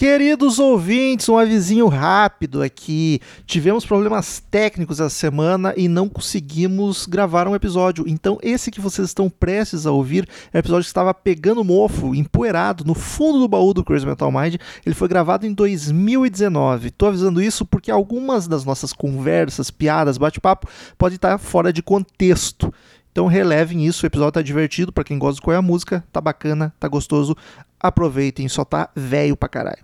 Queridos ouvintes, um avisinho rápido aqui. Tivemos problemas técnicos essa semana e não conseguimos gravar um episódio. Então, esse que vocês estão prestes a ouvir é um episódio que estava pegando mofo, empoeirado, no fundo do baú do Crazy Metal Mind. Ele foi gravado em 2019. Tô avisando isso porque algumas das nossas conversas, piadas, bate-papo, pode estar fora de contexto. Então relevem isso, o episódio tá divertido, pra quem gosta de qual é a música, tá bacana, tá gostoso, aproveitem, só tá velho pra caralho.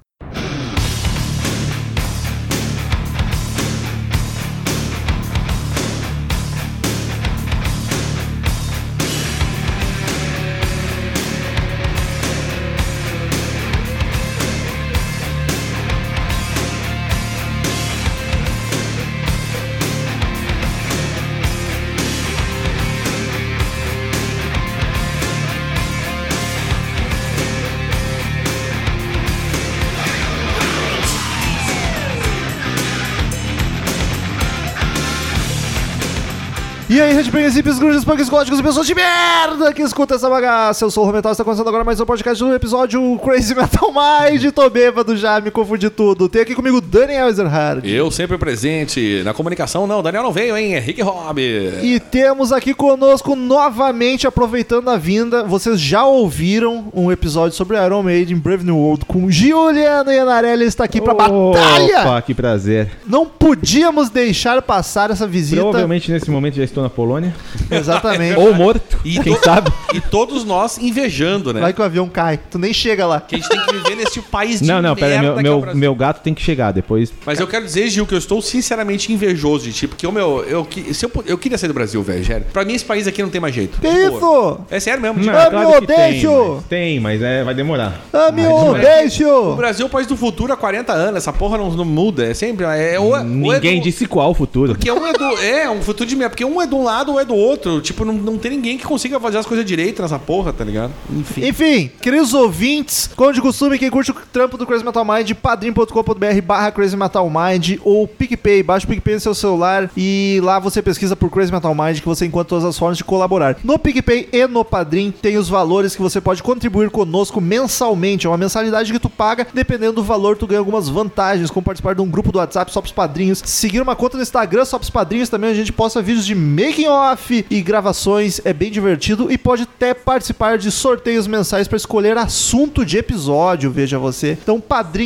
E aí, Redbangers, hippies, grunges, punks, góticos e pessoas de merda que escuta essa bagaça. Eu sou o Romental, está começando agora mais um podcast do episódio Crazy Metal Mind. Tô bêbado já, me confundi tudo. Tem aqui comigo Daniel Ezerhard. Eu sempre presente. Na comunicação, não. Daniel não veio, hein? É Rick Rob. E temos aqui conosco novamente, aproveitando a vinda, vocês já ouviram um episódio sobre Iron Maiden Brave New World com Juliana Ianarelli está aqui pra batalha. Opa, que prazer. Não podíamos deixar passar essa visita. Provavelmente nesse momento já estou na Polônia. Exatamente. Ou morto, quem sabe. É E todos nós invejando, né? Vai que o avião cai, tu nem chega lá. Que a gente tem que viver nesse país de Não, não, pera, merda meu, que é o meu, Brasil. meu gato tem que chegar depois. Mas eu quero dizer, Gil, que eu estou sinceramente invejoso de ti, porque o meu, eu, que- se eu, pu- eu queria sair do Brasil, velho, sério. Pra mim esse país aqui não tem mais jeito. Que De boa. isso? É sério mesmo. tipo, Não, Ah, meu que deixo! Tem, mas, tem, mas é, vai demorar. Amigo, mas- O deixo! Brasil é o país do futuro há 40 anos, essa porra não, não muda, é sempre... É, ou é- ou é Ninguém do- disse qual o futuro. Porque um é do. É, um futuro de merda. Porque um é de um lado ou é do outro. Tipo, não, não tem ninguém que consiga fazer as coisas direito nessa porra, tá ligado? Enfim. Enfim, queridos ouvintes, como de costume, quem curte o trampo do Crazy Metal Mind, padrim.com.br barra Crazy Metal Mind ou PicPay, baixa o PicPay no seu celular e lá você pesquisa por Crazy Metal Mind que você encontra todas as formas de colaborar. No PicPay e no Padrim tem os valores que você pode contribuir conosco mensalmente, é uma mensalidade que tu paga, dependendo do valor tu ganha algumas vantagens, como participar de um grupo do WhatsApp só pros padrinhos, seguir uma conta no Instagram só pros padrinhos também, onde a gente posta vídeos de making off e gravações, é bem divertido e pode até participar de sorteios mensais para escolher assunto de episódio, veja você. Então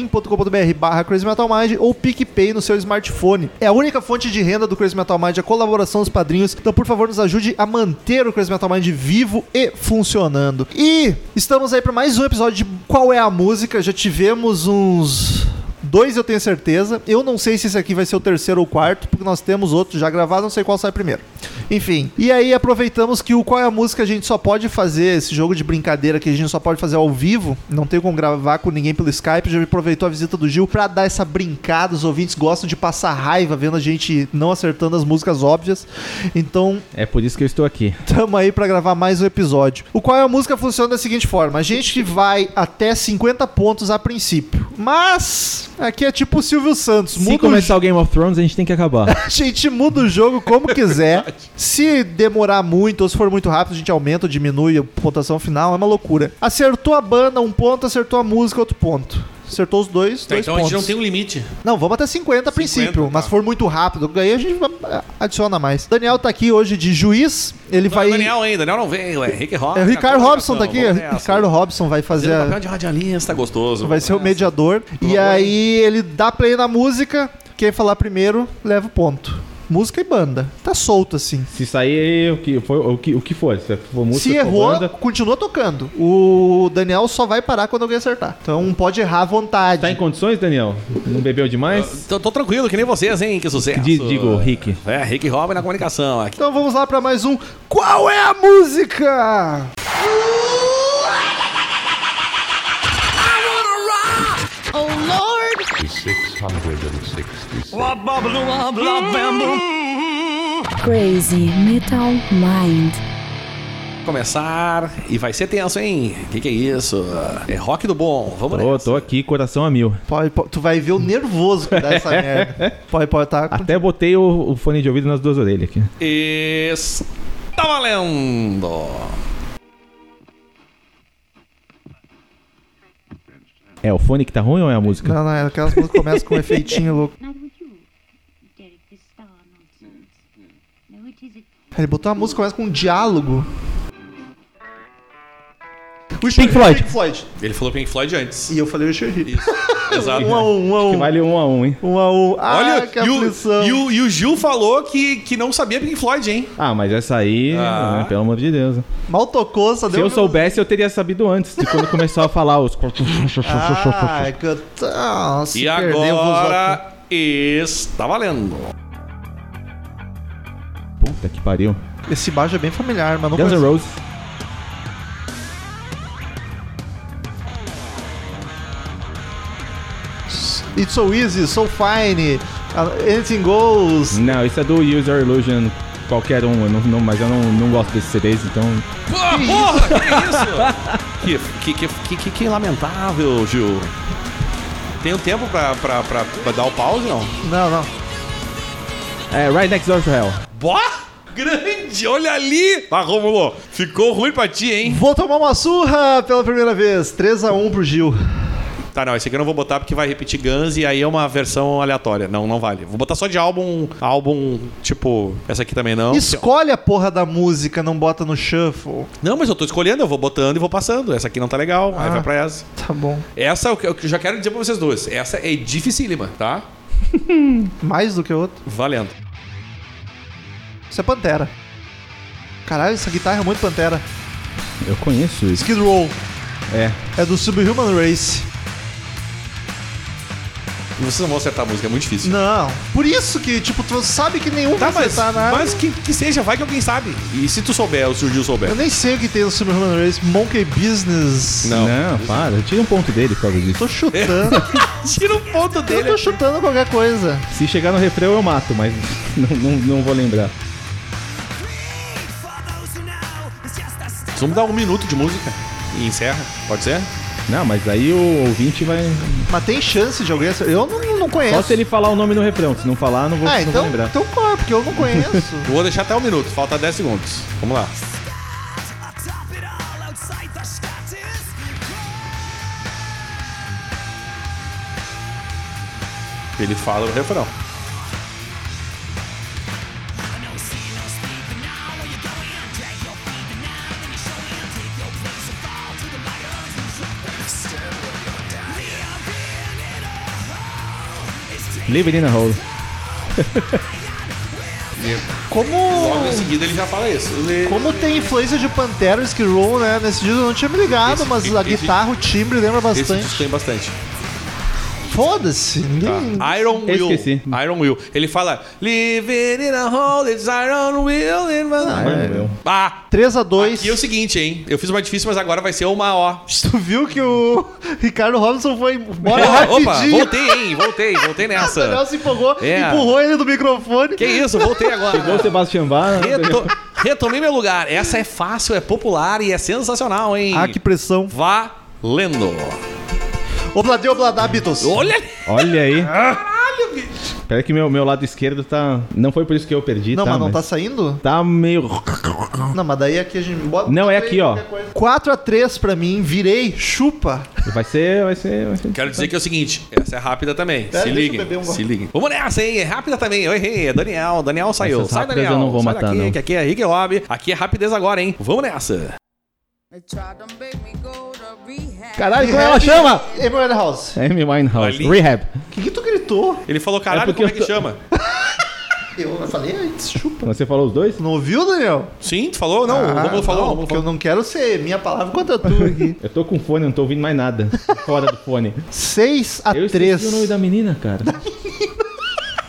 padrim.com.br barra Crazy Metal Mind ou PicPay no seu smartphone. É a única fonte de renda do Crazy Metal Mind, a colaboração dos padrinhos, então por favor nos ajude a manter o Crazy Metal Mind vivo e funcionando. E estamos aí para mais um episódio de Qual é a Música, já tivemos uns... Dois eu tenho certeza. Eu não sei se esse aqui vai ser o terceiro ou quarto, porque nós temos outro já gravado, não sei qual sai primeiro. Enfim. E aí aproveitamos que o Qual é a Música a gente só pode fazer, esse jogo de brincadeira que a gente só pode fazer ao vivo, não tem como gravar com ninguém pelo Skype, já aproveitou a visita do Gil pra dar essa brincada. Os ouvintes gostam de passar raiva vendo a gente não acertando as músicas óbvias. Então, É por isso que eu estou aqui. Tamo aí pra gravar mais um episódio. O qual é a música funciona da seguinte forma: a gente vai até 50 pontos a princípio. Mas aqui é tipo o Silvio Santos. Se Muda o começar o Game of Thrones, a gente tem que acabar. a gente muda o jogo como quiser. Se demorar muito ou se for muito rápido, a gente aumenta ou diminui a pontuação final. É uma loucura. Acertou a banda, um ponto. Acertou a música, outro ponto. Acertou os dois, Tá, dois então pontos. a gente não tem um limite. Não, vamos até 50 a princípio, tá. mas se for muito rápido, aí a gente ah, adiciona mais. Daniel tá aqui hoje de juiz, ele Não, vai... é Daniel ainda, Daniel não vem, ué. Rick Rob. É, o Ricardo Robson tá aqui. Ricardo Ricardo Robson vai fazer. tá Robson. a- papel de radialista gostoso. vai ser o né? Vamos nessa. mediador. E favor. aí ele dá play na música. Quem falar primeiro leva o ponto. Música e banda. Tá solto assim. Se sair o que, foi, o que, o que for, se for música, Se for errou, banda, continua tocando. O Daniel só vai parar quando alguém acertar. Então pode errar à vontade. Tá em condições, Daniel? Não bebeu demais? Tô, tô tranquilo, que nem vocês, hein? Que sucesso. Di- digo, Rick. É, Rick Rob na comunicação. Aqui. Então vamos lá pra mais um Qual é a música? Crazy Metal Mind. Começar e vai ser tenso, hein? Que que é isso? É rock do bom. Vamos Tô, nessa. tô aqui, coração a mil. Pode- pode- tu vai ver o nervoso que dá essa merda. Pode, pode tá. Até botei o, o fone de ouvido nas duas orelhas aqui. Está valendo! É o fone que tá ruim ou é a música? Não, não, é aquelas músicas que começam com um efeitinho louco. Neither would you, Derek, this star nonsense. No, it isn't. Ele botou uma música que começa com um diálogo. O Pink Floyd. Pink Floyd. Ele falou Pink Floyd antes. E eu falei o Xerri. Isso. Exato. Um a um, um a Que um. vale um a um, hein? Um a um. Ah, Olha, que e o, aflição. e o- e o Gil falou que, que não sabia Pink Floyd, hein? Ah, mas essa aí, Ah. ah, pelo amor de Deus. Mal tocou, só Se deu... um eu soubesse, eu teria sabido antes, de quando começou a falar os... Ah, que... Ah, se e perder, eu vou zoar agora está valendo. Puta que pariu. com- Esse baixo é bem familiar, mas não Guns N' conheço. Roses. It's so easy, so fine. uh, Anything goes. Não, isso é do User Illusion, qualquer um, eu não- não- mas eu não, não gosto desses CDs, então... Pô, porra, que é isso? que, que, que, que, que lamentável, Gil. Tem um tempo pra, pra, pra, pra dar o pause, não? Não, não. É, Right Next Door to Hell. Bó! Grande, olha ali! Ah, Romulo, ficou ruim pra ti, hein? Vou tomar uma surra pela primeira vez. 3x1 pro Gil. Tá, não, esse aqui eu não vou botar porque vai repetir Guns e aí é uma versão aleatória. Não, não vale. Vou botar só de álbum, álbum, tipo, essa aqui também não. Escolhe a porra da música, não bota no shuffle. Não, mas eu tô escolhendo, eu vou botando e vou passando. Essa aqui não tá legal, aí Ah. vai pra essa. Tá bom. Essa é o que eu já quero dizer pra vocês dois. Essa é dificílima, tá? Mais do que outro. Valendo. Isso é Pantera. Caralho, essa guitarra é muito Pantera. Eu conheço isso. Skid Row. É. É do Subhuman Race. Vocês não vão acertar a música, é muito difícil. Não. Por isso que, tipo, tu sabe que nenhum Tá, vai mas, acertar nada. mas que, que seja, vai que alguém sabe. E se tu souber, ou se o Gil souber. Eu nem sei o que tem no Subhuman Race. Monkey Business. Não. Não, para. Tira um ponto dele por causa disso. Tô chutando. Tira o ponto eu dele. tô chutando qualquer coisa. Se chegar no refrão, eu mato, mas não, não, não vou lembrar. Vamos dar um minuto de música e encerra, pode ser? Não, mas aí o ouvinte vai... Mas tem chance de alguém acertar. Eu não, não conheço. Só se ele falar o nome no refrão. Se não falar, não vou, É. Ah, não vou então, lembrar. então corre, porque eu não conheço. Eu vou deixar até um minuto, falta 10 segundos. Vamos lá. Ele fala o refrão. Leave it in a hole. Como, Logo em seguida ele já fala isso. como tem influência de Pantera e Skid Row, né? Nesse disco eu não tinha me ligado, Esse- mas a esse- guitarra, o timbre lembra Esse bastante. disco tem bastante. Foda-se. ninguém- Tá. Iron Eu Will. esqueci. Iron Will. Ele fala Leave it in a hole, it's Iron Will. in my-" Ah, eu. É. Ah, 3x2. aqui é o seguinte, hein? Eu fiz uma difícil, mas agora vai ser uma ó. Tu viu que o Ricardo Robinson foi embora É, opa, rapidinho. voltei, hein? Voltei, voltei O Daniel nessa. se empolgou, É. empurrou ele do microfone. que isso, voltei agora. Ou Sebastian Bach. Reto- Retomei meu lugar. Essa é fácil, é popular e é sensacional, hein? Ah, que pressão. Valendo. Obladê, obladá, Beatles. Olha ali. Olha aí. Caralho, bicho. Pera que meu, meu lado esquerdo tá. Não foi por isso que eu perdi, não, tá? mas não tá saindo? Tá meio. Não, mas daí aqui a gente bota. Não, é aqui, ó. 4x3 pra mim, virei, chupa. Vai ser. Vai ser. Vai ser... Quero dizer que é o seguinte, essa é rápida também. Pera, se deixa eu liguem, beber um se gole. liguem. Vamos nessa, hein? É rápida também. Eu errei, é Daniel. Daniel saiu. Essas Sai, rápidas Daniel. eu não vou Sai matar, daqui, não. que aqui é Rick e Lobby. Aqui é rapidez agora, hein? Vamos nessa. They tried to make me go to rehab. Caralho, como é ela chama? Emerald House. Amy Winehouse. Ali. Rehab. O que, que tu gritou? Ele falou, caralho, porque como é eu que tô- chama? Eu falei, ai, chupa. Você falou os dois? Tu não ouviu, Daniel? Sim, tu falou? Não, o Romulo falou. o Ah, não, Romulo porque eu falou. não quero ser minha palavra contra a tua aqui. Eu tô com fone, eu não tô ouvindo mais nada. Fora do fone. 6 a Eu esqueci o nome 3 da menina, cara.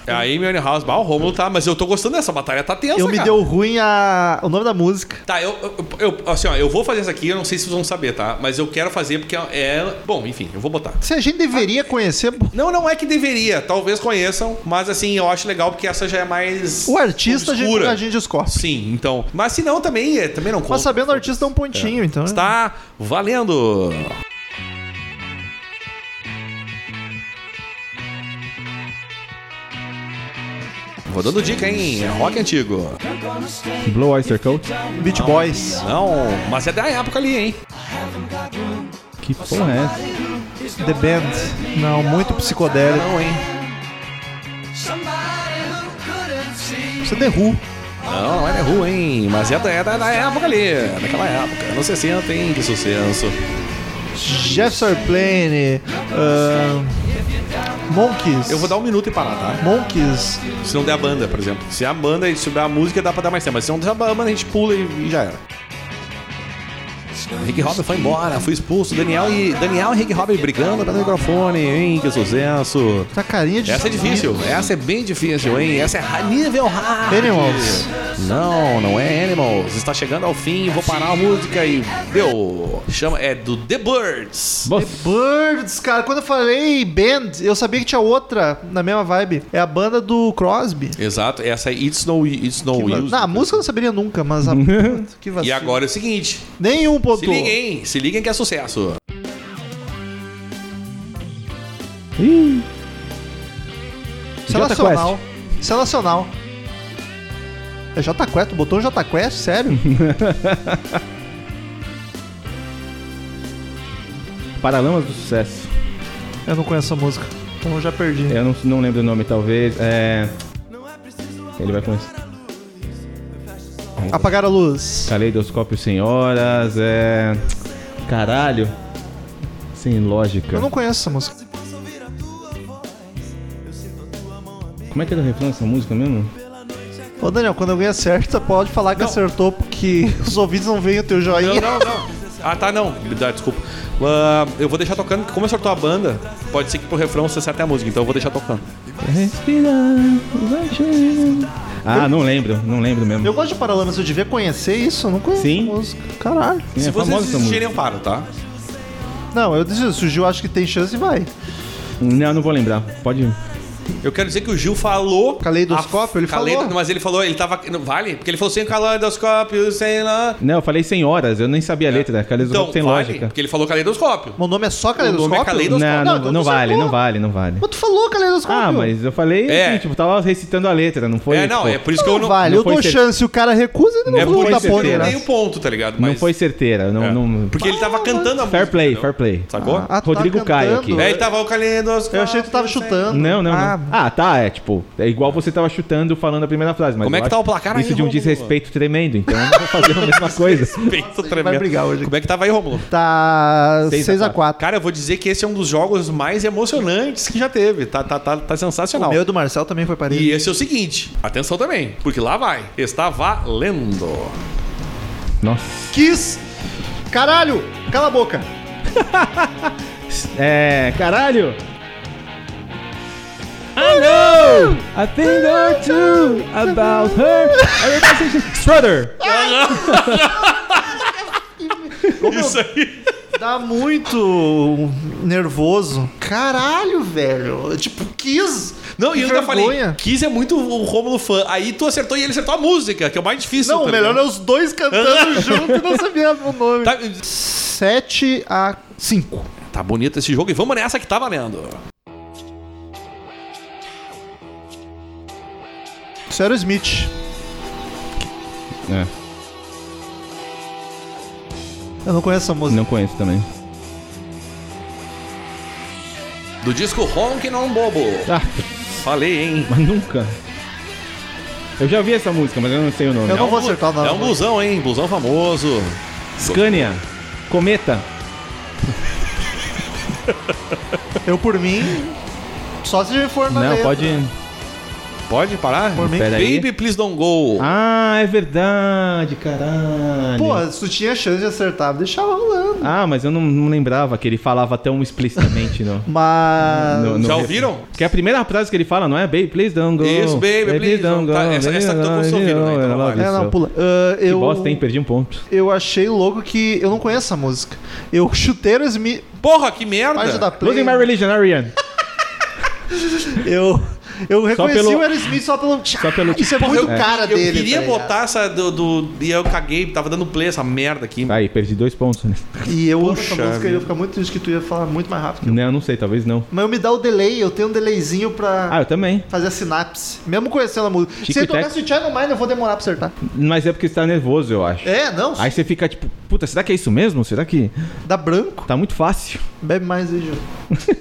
É a Amy House. Bah, o Romulo tá, mas eu tô gostando dessa batalha, tá tensa, Eu me cara. deu ruim a... o nome da música. Tá, eu, eu, eu- assim, ó, eu vou fazer essa aqui, eu não sei se vocês vão saber, tá? Mas eu quero fazer porque é. Bom, enfim, eu vou botar. Se a gente deveria conhecer Não, não é que deveria, talvez conheçam, mas assim, eu acho legal porque essa já é mais. o artista, a gente, obscura. a gente escorre. Sim, então. Mas se não, também, é, também não conta. Mas sabendo o artista é um pontinho, então. Está valendo! Vou dando dica, hein? É rock antigo. Blue Oyster Cult. né? Beach Boys. Não, mas é da época ali, hein? Que porra é essa? The Band. Não, muito psicodélico. Não, hein? Isso é The Who. Não, não é The Who, hein? Mas é da, é da, da época ali, É daquela época. Anos 60, hein? Que sucesso. Jeff ah, Plane. Monkeys. Eu vou dar um minuto e parar, tá? Monkeys. Se não der a banda, por exemplo. Se a banda e subir a música, dá pra dar mais tempo. Mas se não der a banda, a gente pula e, e já era. Rick Robin foi embora, foi expulso. Daniel e, Daniel e Rick Robin brigando pelo microfone, hein? Que sucesso. Tá carinha de. Essa é difícil, essa é bem difícil, hein? Essa é ra- nível hard. Animals. Não, não é Animals. Está chegando ao fim, vou parar a música e deu. Chama, é do The Birds. Boa. Birds, cara, quando eu falei band, eu sabia que tinha outra na mesma vibe. É a banda do Crosby. Exato, essa é It's No, It's no Que va- Use. Não, a música eu não saberia nunca, mas a. que vacilo. E agora é o seguinte, Nenhum se pontuou. liguem, se liguem que é sucesso. Ih, Isso é Jota nacional. Isso é nacional. É Jota Quest, tu botou Jota Quest? Sério? Paralamas do Sucesso. eu não conheço essa música, então eu já perdi. Eu não, não lembro o nome, talvez. É. Ele vai com esse. Apagar a luz. Caleidoscópio Senhoras. É. Caralho. Sem lógica. Eu não conheço essa música. Como é que era o refrão dessa música mesmo? Ô Daniel, quando alguém acerta, pode falar que acertou, porque os ouvidos não veem o teu Não, joinha. não, não. Ah, tá, não. Me dá, desculpa. Ah, eu vou deixar tocando, porque como eu sortou a banda, pode ser que pro refrão você acerte a música, então eu vou deixar tocando. Respira, vai chegando. Ah, não lembro, não lembro mesmo. Eu gosto de Paralamas, eu devia conhecer isso, eu não conheço Sim. essa música. Caralho. Sim, se é famosa vocês essa música. desistirem, eu paro, tá? Não, eu desisto. Se o Gil acha que tem chance, vai. um- Não, não vou lembrar. Pode. Eu quero dizer que o Gil falou. Caleidoscópio, ele Calei- falou. Mas ele falou, ele tava. Não, vale? Porque ele falou sem caleidoscópio, sem. lá. Não, eu falei senhoras, eu nem sabia a letra. Caleidoscópio Então, tem vale, lógica. porque ele falou caleidoscópio. Meu nome é só O Caleidoscópio? nome é Caleidoscópio. Não, Não, não, então não você vale, errou. não vale, não vale. Mas tu falou Caleidoscópio. Ah, mas eu falei É. assim, tipo, tava recitando a letra, não foi? é, não, tipo, é por isso que Não, eu não. Então vale, não eu foi dou cer- chance. O cara recusa e não É vou né? dar por isso que ponto eu certeza. nessa. dei o ponto, tá ligado? Não Mas- foi certeira. Não, é. não... Porque ele tava cantando a música. Fair play, entendeu? fair play. Sacou? Ah, tu Rodrigo tá Caio cantando. aqui. É, ele tava o caleidoscópio. Eu achei que tu tava chutando. Não, não, Ah, não. Ah, tá, é tipo, é igual você tava chutando falando a primeira frase, mas Como é eu que tá acho o placar aí, Isso de um Romulo? desrespeito tremendo, então eu não vou fazer a mesma coisa. Peito tremendo. vai brigar hoje. Como é que tava aí, Romulo? Tá Seis 6 a a 4 Cara, eu vou dizer que esse é um dos jogos mais emocionantes que já teve. Tá, tá, tá, tá sensacional. O meu e do Marcel também foi parecido. E esse é o seguinte, atenção também, porque lá vai, está valendo. Nossa. Kiss! Caralho! Cala a boca! É, caralho! Ah, I know a thing or two about her. Her conversation- Struther! Isso aí. Dá muito nervoso. Caralho, velho. Tipo, Kiss! Não, e eu Que ainda falei, vergonha. Kiss é muito o Romulo fã. Aí tu acertou e ele acertou a música, que é o mais difícil. Não, o tá melhor é ligado? os dois cantando junto e não sabia o nome. Tá, 7 a 5. tá bonito esse jogo e vamos nessa que tá valendo. Isso era o Smith. É, Eu não conheço essa música. não conheço também. Do disco Honk Não Bobo. Ah, Falei, hein? mas nunca. Eu já vi essa música, mas eu não sei o nome. Eu não vou blu- acertar o nome. É um blusão, hein? Blusão famoso. Scania, Cometa. Eu, por mim, só se for na Não, letra. pode. Pode parar? Por mim. Pera aí. Baby, please don't go. Ah, é verdade, caralho. Porra, se tu tinha chance de acertar, deixava rolando. Ah, mas eu não, não lembrava que ele falava tão explicitamente, não. Mas. No- no- Já ouviram? Que é a primeira frase que ele fala, não é? Baby, please don't go. Isso, baby, please don't go. Tá, essa- baby, essa que todo mundo don't só ouviram, né? go, Então não I love vale. É, you não, so. pula. Ah, Que eu, bosta, hein? Perdi um ponto. eu achei louco que eu não conheço essa música. Eu chutei o Smith. Porra, que merda. Página da Play. Losing my religion, Arian. Eu, Eu reconheci pelo- o Aerosmith só pelo. Só pelo Isso é Porra, muito eu- cara eu dele. queria tá ligado? botar essa do, do- E eu caguei, tava dando play essa merda aqui. Aí, perdi dois pontos. né? E eu ouço Puxa essa música e eu vida. fico muito triste que tu ia falar muito mais rápido que eu. Não, eu não sei, talvez não. Mas eu me dá o delay, eu tenho um delayzinho pra Ah, eu também. fazer a sinapse. Mesmo conhecendo a música. Se e ele tocar Teco. Sweet Child O' Mine, eu vou demorar pra acertar. Mas é porque você tá nervoso, eu acho. É, não. Aí você fica tipo, puta, será que é isso mesmo? Será que Dá branco. tá muito fácil? Bebe mais aí, Ju.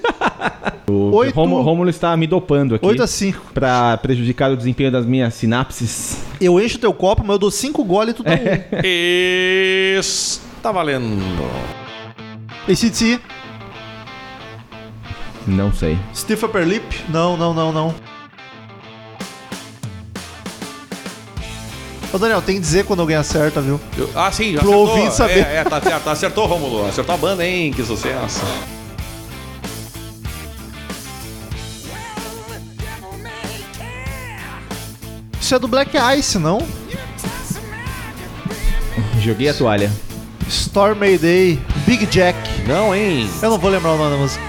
O Oito- Romulo está me dopando aqui 8 a 5. pra prejudicar o desempenho das minhas sinapses. Eu encho teu copo, mas eu dou 5 goles e tu dá É. um. Está valendo. ACDC, Não sei. Stiff Upper Lip. Não, não, não, não. Ô, Daniel, tem que dizer quando alguém acerta, viu? Eu- ah, sim, Pro ouvinte saber. É, é, tá certo, acertou, Romulo. Acertou a banda, hein? Que sucesso. Isso é do Black Ice, não? Joguei a toalha. Storm Mayday, Big Jack. Não, hein? Eu não vou lembrar o nome da música.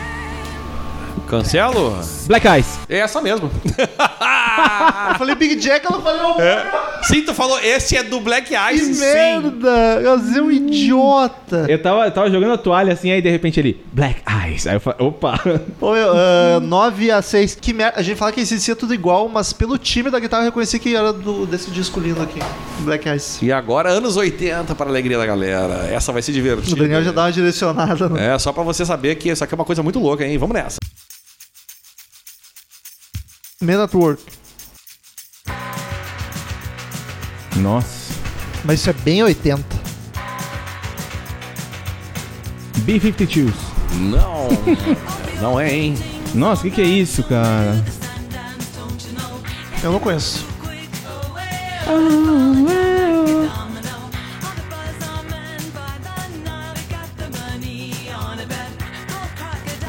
Cancelo? Black Eyes. É essa mesmo. Eu falei Big Jack, ela falou. Sim, tu falou, esse é do Black Que Eyes, sim. merda! Você é um idiota! Eu tava, eu tava jogando a toalha assim, aí de repente ele, Black Eyes. Aí eu falei, opa. Ô, meu, ah, 9 a 6. Que merda. A gente fala que esse é tudo igual, mas pelo time da guitarra eu reconheci que era do, desse disco lindo aqui. Black Eyes. E agora, anos 80 para a alegria da galera. Essa vai ser divertida. O Daniel já dá uma direcionada. né? É, só pra você saber que isso aqui é uma coisa muito louca, hein? Vamos nessa. Men at Work. Nossa. Mas isso é bem 80. B-52s. Não. Não é, hein? Nossa, o que, que é isso, cara? Eu não conheço.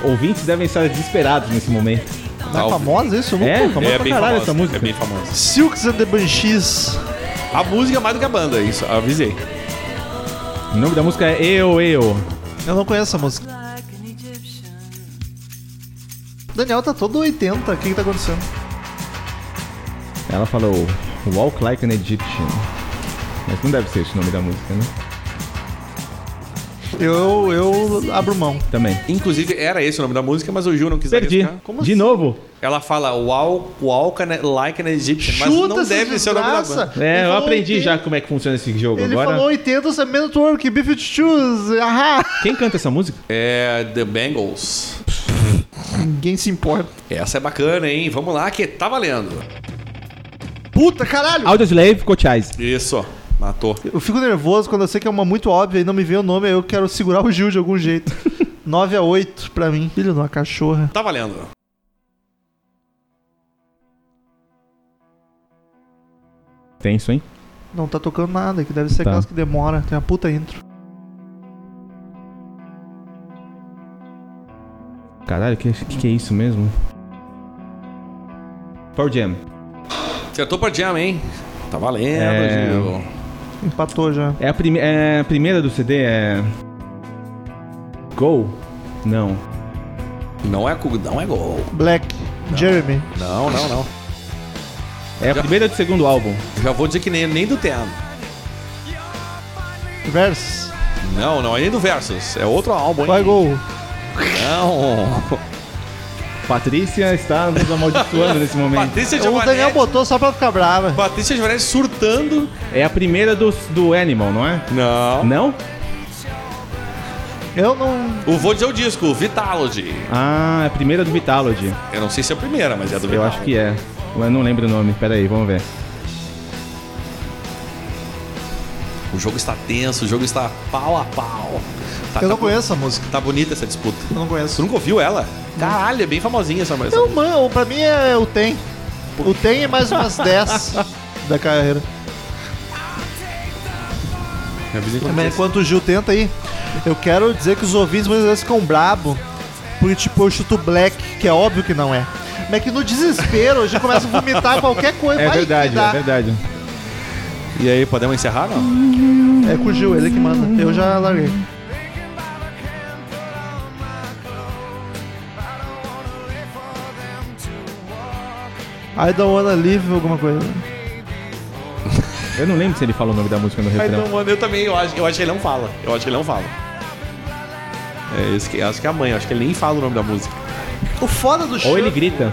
Ouvintes devem estar desesperados nesse momento. Não é famosa isso? Eu não É, conheço. famosa pra caralho essa música. É bem famosa. Silks and the Banshees. A música é mais do que a banda, isso. Avisei. O nome da música é Eu, Eu. Eu não conheço essa música. Daniel tá todo 80. O que, que tá acontecendo? Ela falou Walk Like an Egyptian. Mas não deve ser esse o nome da música, né? Eu, eu abro mão. Também. Inclusive, era esse o nome da música, mas o Ju não quis Perdi. arriscar. Como assim? assim? De novo? Ela fala Walk, walk an- like an Egyptian, mas não essa deve ser o nome da desgraça. banda. Ele É, eu falou aprendi 80. já como é que funciona esse jogo. Ele Agora, falou 80, você é Men at Work, B-52s. Ahá! quem canta essa música? É The Bangles. Ninguém se importa. Essa é bacana, hein? Vamos lá, que tá valendo. Puta, caralho! Audioslave Cochise. Isso, ó. Matou. Eu fico nervoso quando eu sei que é uma muito óbvia e não me vem o nome, aí eu quero segurar o Gil de algum jeito. 9 a 8 pra mim. Filho de uma cachorra. Tá valendo. Tenso, hein? Não tá tocando nada, que deve ser Tá. aquelas que demora. Tem uma puta intro. Caralho, que, que que é isso mesmo? Power Jam. Acertou pra Jam, hein? Tá valendo, É. Gil. Empatou já. É a, prime é a primeira do CD, é... Go? Não. Não é, cu- não é gol. Black. Jeremy. Não, não, não. É a primeira do segundo álbum. Já vou dizer que nem, nem do Terno. Versus. Não, não é nem do Versus. É outro álbum, hein? Vai gol. Não. Patrícia está nos amaldiçoando nesse momento. Patrícia O Daniel Giovanetti. botou só pra ficar brava. Patrícia Giovanetti surtando. É a primeira do, do Animal, não é? Não. Não? Eu não. O vou dizer o disco, Vitalogy. Ah, é a primeira do Vitalogy. Eu não sei se é a primeira, mas é do Eu Vitalogy. acho que é. Eu não lembro o nome, pera aí, vamos ver. O jogo está tenso, o jogo está pau a pau. Tá- Eu tá não bu- conheço a música. Tá bonita essa disputa. Eu não Tu conheço. nunca ouviu ela? Caralho, é bem famosinha essa música. Não, mano, pra mim é o Tem. O Tem é mais umas 10 da carreira. Mas enquanto o Gil tenta aí, eu quero dizer que os ouvintes muitas vezes ficam brabo porque, tipo, eu chuto black, que é óbvio que não é. Mas é que no desespero, a gente começa a vomitar qualquer coisa. É vai que verdade, dá. é verdade. E aí, podemos encerrar, não? É com o Gil, ele que manda. Eu já larguei. I don't wanna live, alguma coisa. Eu não lembro se ele fala o nome da música no I refrão. don't wanna- eu também, eu acho, eu acho que ele não fala. Eu acho que ele não fala. É, esse que, acho que é a mãe, acho que ele nem fala o nome da música. O foda um do Ou ele Xan. grita.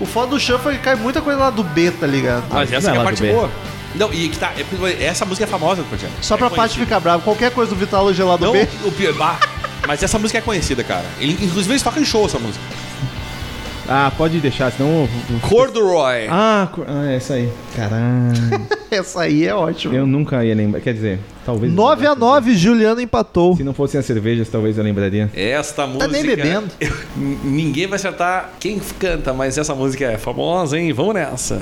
O foda do Xan foi que cai muita coisa lá do B, tá ligado? Mas não essa é que é a lá do parte B. boa. Não, e que tá. é porque Essa música é famosa, Tatiana. Só É pra parte conhecida. ficar brava. Qualquer coisa do Vitalo gelado Não, B. o pior. ah, mas essa música é conhecida, cara. Ele, inclusive, eles tocam em show essa música. Ah, pode deixar, senão. eu vou- Corduroy. Ah, co- ah, é essa aí. Caralho. Essa aí é ótima. eu nunca ia lembrar. Quer dizer, talvez. 9x9, Juliano empatou. Se não fossem as cervejas, talvez eu lembraria. Esta música. Tá é nem bebendo. N- Ninguém vai acertar quem canta, mas essa música é famosa, hein? Vamos nessa.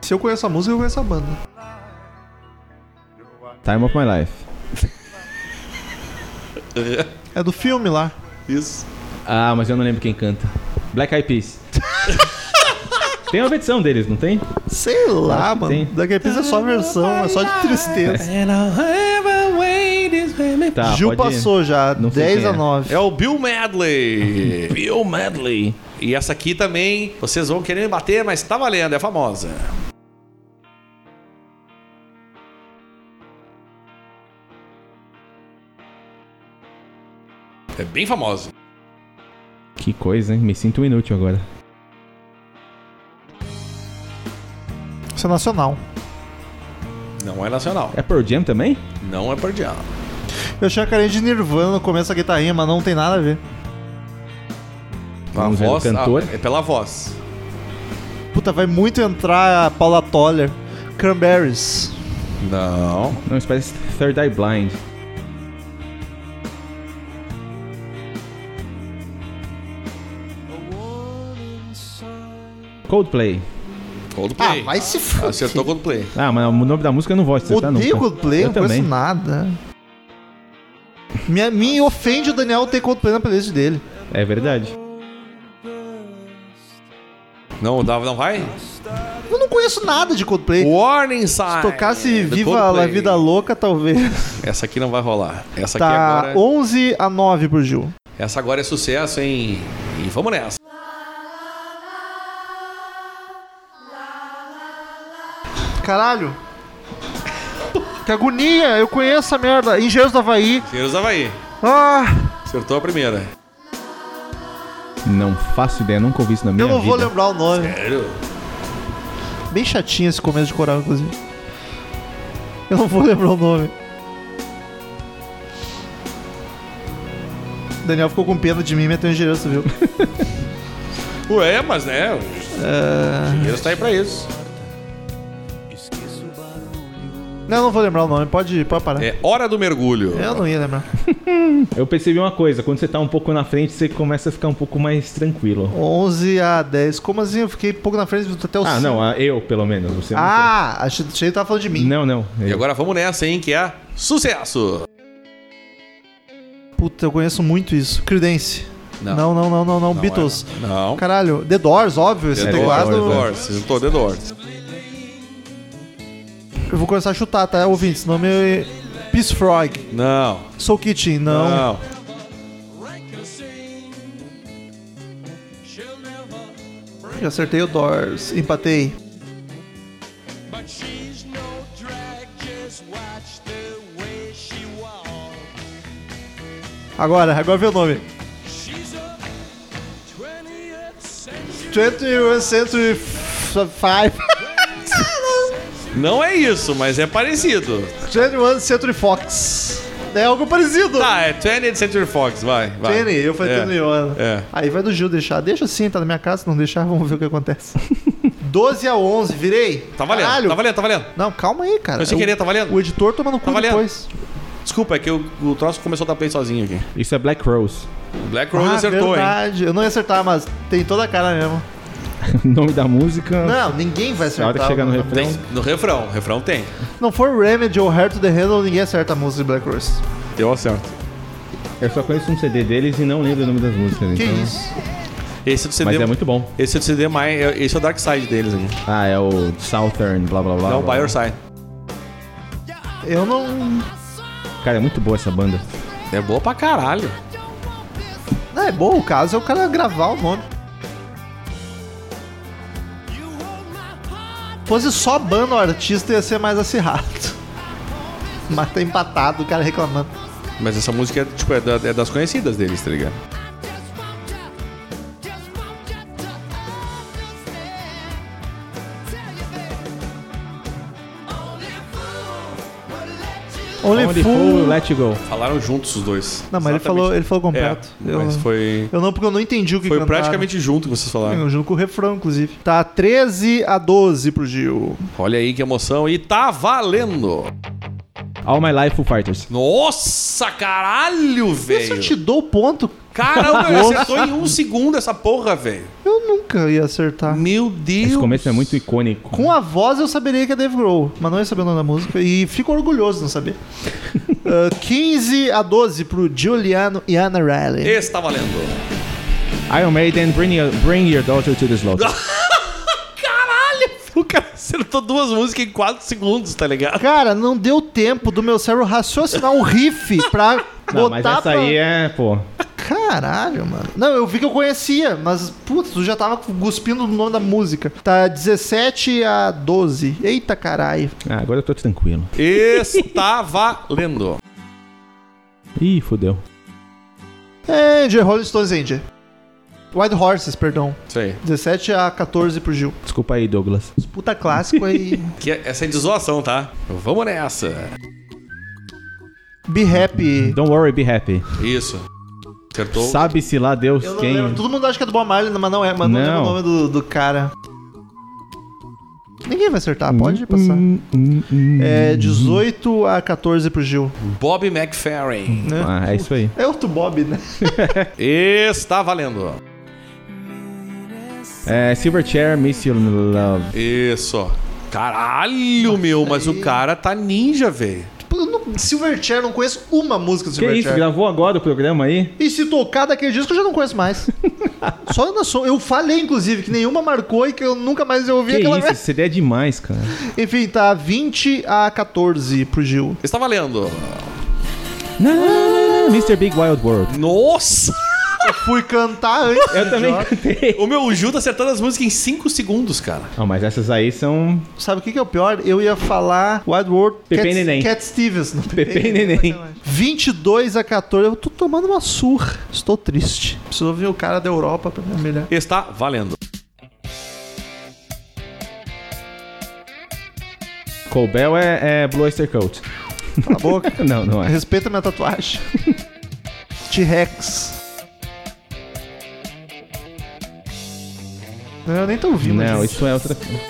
Se eu conheço a música, eu conheço a banda. Time of My Life. É do filme lá. Isso. Ah, mas eu não lembro quem canta. Black Eyed Peas. tem uma petição deles, não tem? Sei lá, Acho que mano. tem. Daqui a pouco é só versão, é só de tristeza. Tá, Gil pode- passou já, Não sei 10 quem a é. 9. É o Bill Medley. Bill Medley. E essa aqui também, vocês vão querer me bater, mas tá valendo, é famosa. É bem famosa. Que coisa, hein? Me sinto inútil agora. Isso é nacional. Não é nacional. É Pearl Jam também? Não é Pardial. Eu achei a carinha de Nirvana no começo da guitarrinha, mas não tem nada a ver. A Vamos ver o voz, cantor. ah, é pela voz. Puta, vai muito entrar a Paula Toller. Cranberries. Não. Não, isso parece Third Eye Blind. Coldplay. Coldplay. Ah, vai se fuder. Acertou Coldplay. Ah, mas o nome da música eu não vou acertar nunca. Odeio Coldplay, Eu não conheço também. nada. Me, me ofende o Daniel ter Coldplay na playlist dele. É verdade. Não, dá- não vai? Eu não conheço nada de Coldplay. Warning Sign. Se tocasse do Viva La Coldplay. Vida Louca, talvez. Essa aqui não vai rolar. Essa Tá aqui agora. 11 a 9 pro Gil. Essa agora é sucesso, hein? E vamos nessa. Caralho. Que agonia, eu conheço essa merda. Engenheiros do Havaí. Senhores do Havaí. Ah, Acertou a primeira. Não faço ideia, nunca ouvi isso na minha eu não vida. vou lembrar o nome. Sério? Bem chatinho esse começo de coral, inclusive. Eu não vou lembrar o nome. Daniel ficou com pena de mim e meteu engenheiro civil. Ué, mas né? O É. dinheiro está aí pra isso. não, eu não vou lembrar o nome, pode, pode parar. É hora do mergulho. Eu não ia lembrar. Eu percebi uma coisa, quando você tá um pouco na frente, você começa a ficar um pouco mais tranquilo. 11 a 10. Como assim? Eu fiquei pouco na frente até o Ah, cinco. não, ah, eu pelo menos. Você não Ah, achei achei que tava falando de tem. mim. Não, não. E eu- agora vamos nessa, hein? Que é sucesso. Puta, eu conheço muito isso. Credence. Não. Não, não, não, não, não. Beatles. é. Não. Caralho, The Doors, óbvio, esse The teclado. Doors. é. The Doors. Tô The Doors. Eu vou começar a chutar, tá, ouvintes? Nome é Peace Frog. Não. Soul Kitchen, não. Não. Já acertei o Doors, empatei. Agora, agora vê o nome. 21st Century F- Five. Não é isso, mas é parecido. 21 Century Fox. É algo parecido. Tá, é 20th Century Fox, vai. vai. Penny, eu falei É. é. É. Aí vai do Gil deixar. Deixa assim, tá na minha casa. Se não deixar, vamos ver o que acontece. 12 a 11, virei. Tá valendo, Caralho. tá valendo, tá valendo. Não, calma aí, cara. Eu sem querer, tá valendo? O editor toma no cu valendo. depois. Desculpa, é que o, o troço começou a dar play sozinho aqui. Isso é Black Rose. Black Rose Ah, acertou, hein? verdade. Eu não ia acertar, mas tem toda a cara mesmo. O nome da música. Não, ninguém vai Na acertar. hora que chegar no refrão. Tem. No refrão, refrão tem. Não for Remedy ou Hair to the Handle, ninguém acerta a música de Black Rose. Eu acerto. Eu só conheço um CD deles e não lembro o nome das músicas. Que então... isso? Esse é do CD. Mas é muito bom. Esse é do CD mais. é- Esse é o Dark Side deles aqui. Ah, é o Southern, blá blá blá. É Não, blá. By Your Side. Eu não. Cara, é muito boa essa banda. É boa pra caralho. É bom o caso, é o cara gravar o nome. Fosse só bando o artista, ia ser mais acirrado. Mas tá empatado, o cara reclamando. Mas essa música é, tipo, é, da- é das conhecidas deles, tá ligado? Only, Only Fool. né? Fool, Let You Go. Falaram juntos os dois. Não, mas ele né? Exatamente. falou, ele falou completo. É, eu, mas foi. eu não, porque eu não entendi o que Foi cantaram. praticamente junto que vocês falaram. Eu Junto com o refrão, inclusive. Tá 13 a 12 pro Gil. Olha aí que emoção. E tá valendo. All My Life, Foo Fighters. Nossa, caralho, Vê se eu te velho. dou ponto. Caramba, ele acertou em um segundo essa porra, velho. Eu nunca ia acertar. Meu Deus. Esse começo é muito icônico. Com a voz eu saberia que é Dave Grohl, mas não ia saber o nome da música. E fico orgulhoso de não saber. Ah, 15 a 12 pro Giuliano e Anna Riley. Esse tá valendo. Iron Maiden, Bring Your, bring your Daughter to the Slaughter. Caralho, o cara acertou duas músicas em quatro segundos, tá ligado? Cara, não deu tempo do meu cérebro raciocinar um riff pra Não, botar mas essa pra... aí é, pô. Caralho, mano. Não, eu vi que eu conhecia, mas, putz, eu já tava cuspindo o nome da música. Tá 17 a 12. Eita caralho. Ah, agora eu tô tranquilo. Está valendo. Ih, fodeu. Angel, Rolling Stones Angel. Wild Horses, perdão. Isso aí. 17 a 14 pro Gil. Desculpa aí, Douglas. Puta clássico aí. Que é- essa é de zoação, tá? Vamos nessa. Be Happy. Don't worry, be happy. Isso. Acertou. Sabe-se lá Deus Eu não quem. lembro. Todo mundo acha que é do Bob Marley, mas não é. Mas não, lembro Não. o nome do, do cara. Ninguém vai acertar, pode passar. Hum, hum, hum. É 18 a 14 pro Gil. Bob McFerrin. Ah, é isso aí. É outro Bob, né? Está valendo. É, Silverchair, Miss You Love. Isso. Caralho, meu, mas o cara tá ninja, velho. Pô, Tipo, eu não- Silverchair, não conheço uma música do Que é isso, Silverchair. gravou agora o programa aí? E se tocar daquele disco, eu já não conheço mais. Só na som. Eu falei, inclusive, que nenhuma marcou e que eu nunca mais ouvi Que aquela isso, esse CD é demais, cara. Enfim, tá 20 a 14 pro Gil. Está valendo. Não, não, não, não, Mr. Big Wild World. Nossa! Eu fui cantar antes. Eu também idiota. cantei. O meu Ju tá acertando as músicas em 5 segundos, cara. Não, mas essas aí são Sabe o que, que é o pior? Eu ia falar Wild World Pepe Cat, e Neném. Cat Stevens. Não, Pepe e Neném. 22 a 14. Eu tô tomando uma surra. Estou triste. Preciso ouvir o cara da Europa pra me melhor. Está valendo. Colbel é, é Blue Oyster Cult. Cala a boca. Não, não é. Respeita minha tatuagem. T-Rex. Não, eu nem tô ouvindo. Não, isso. isso é outra coisa.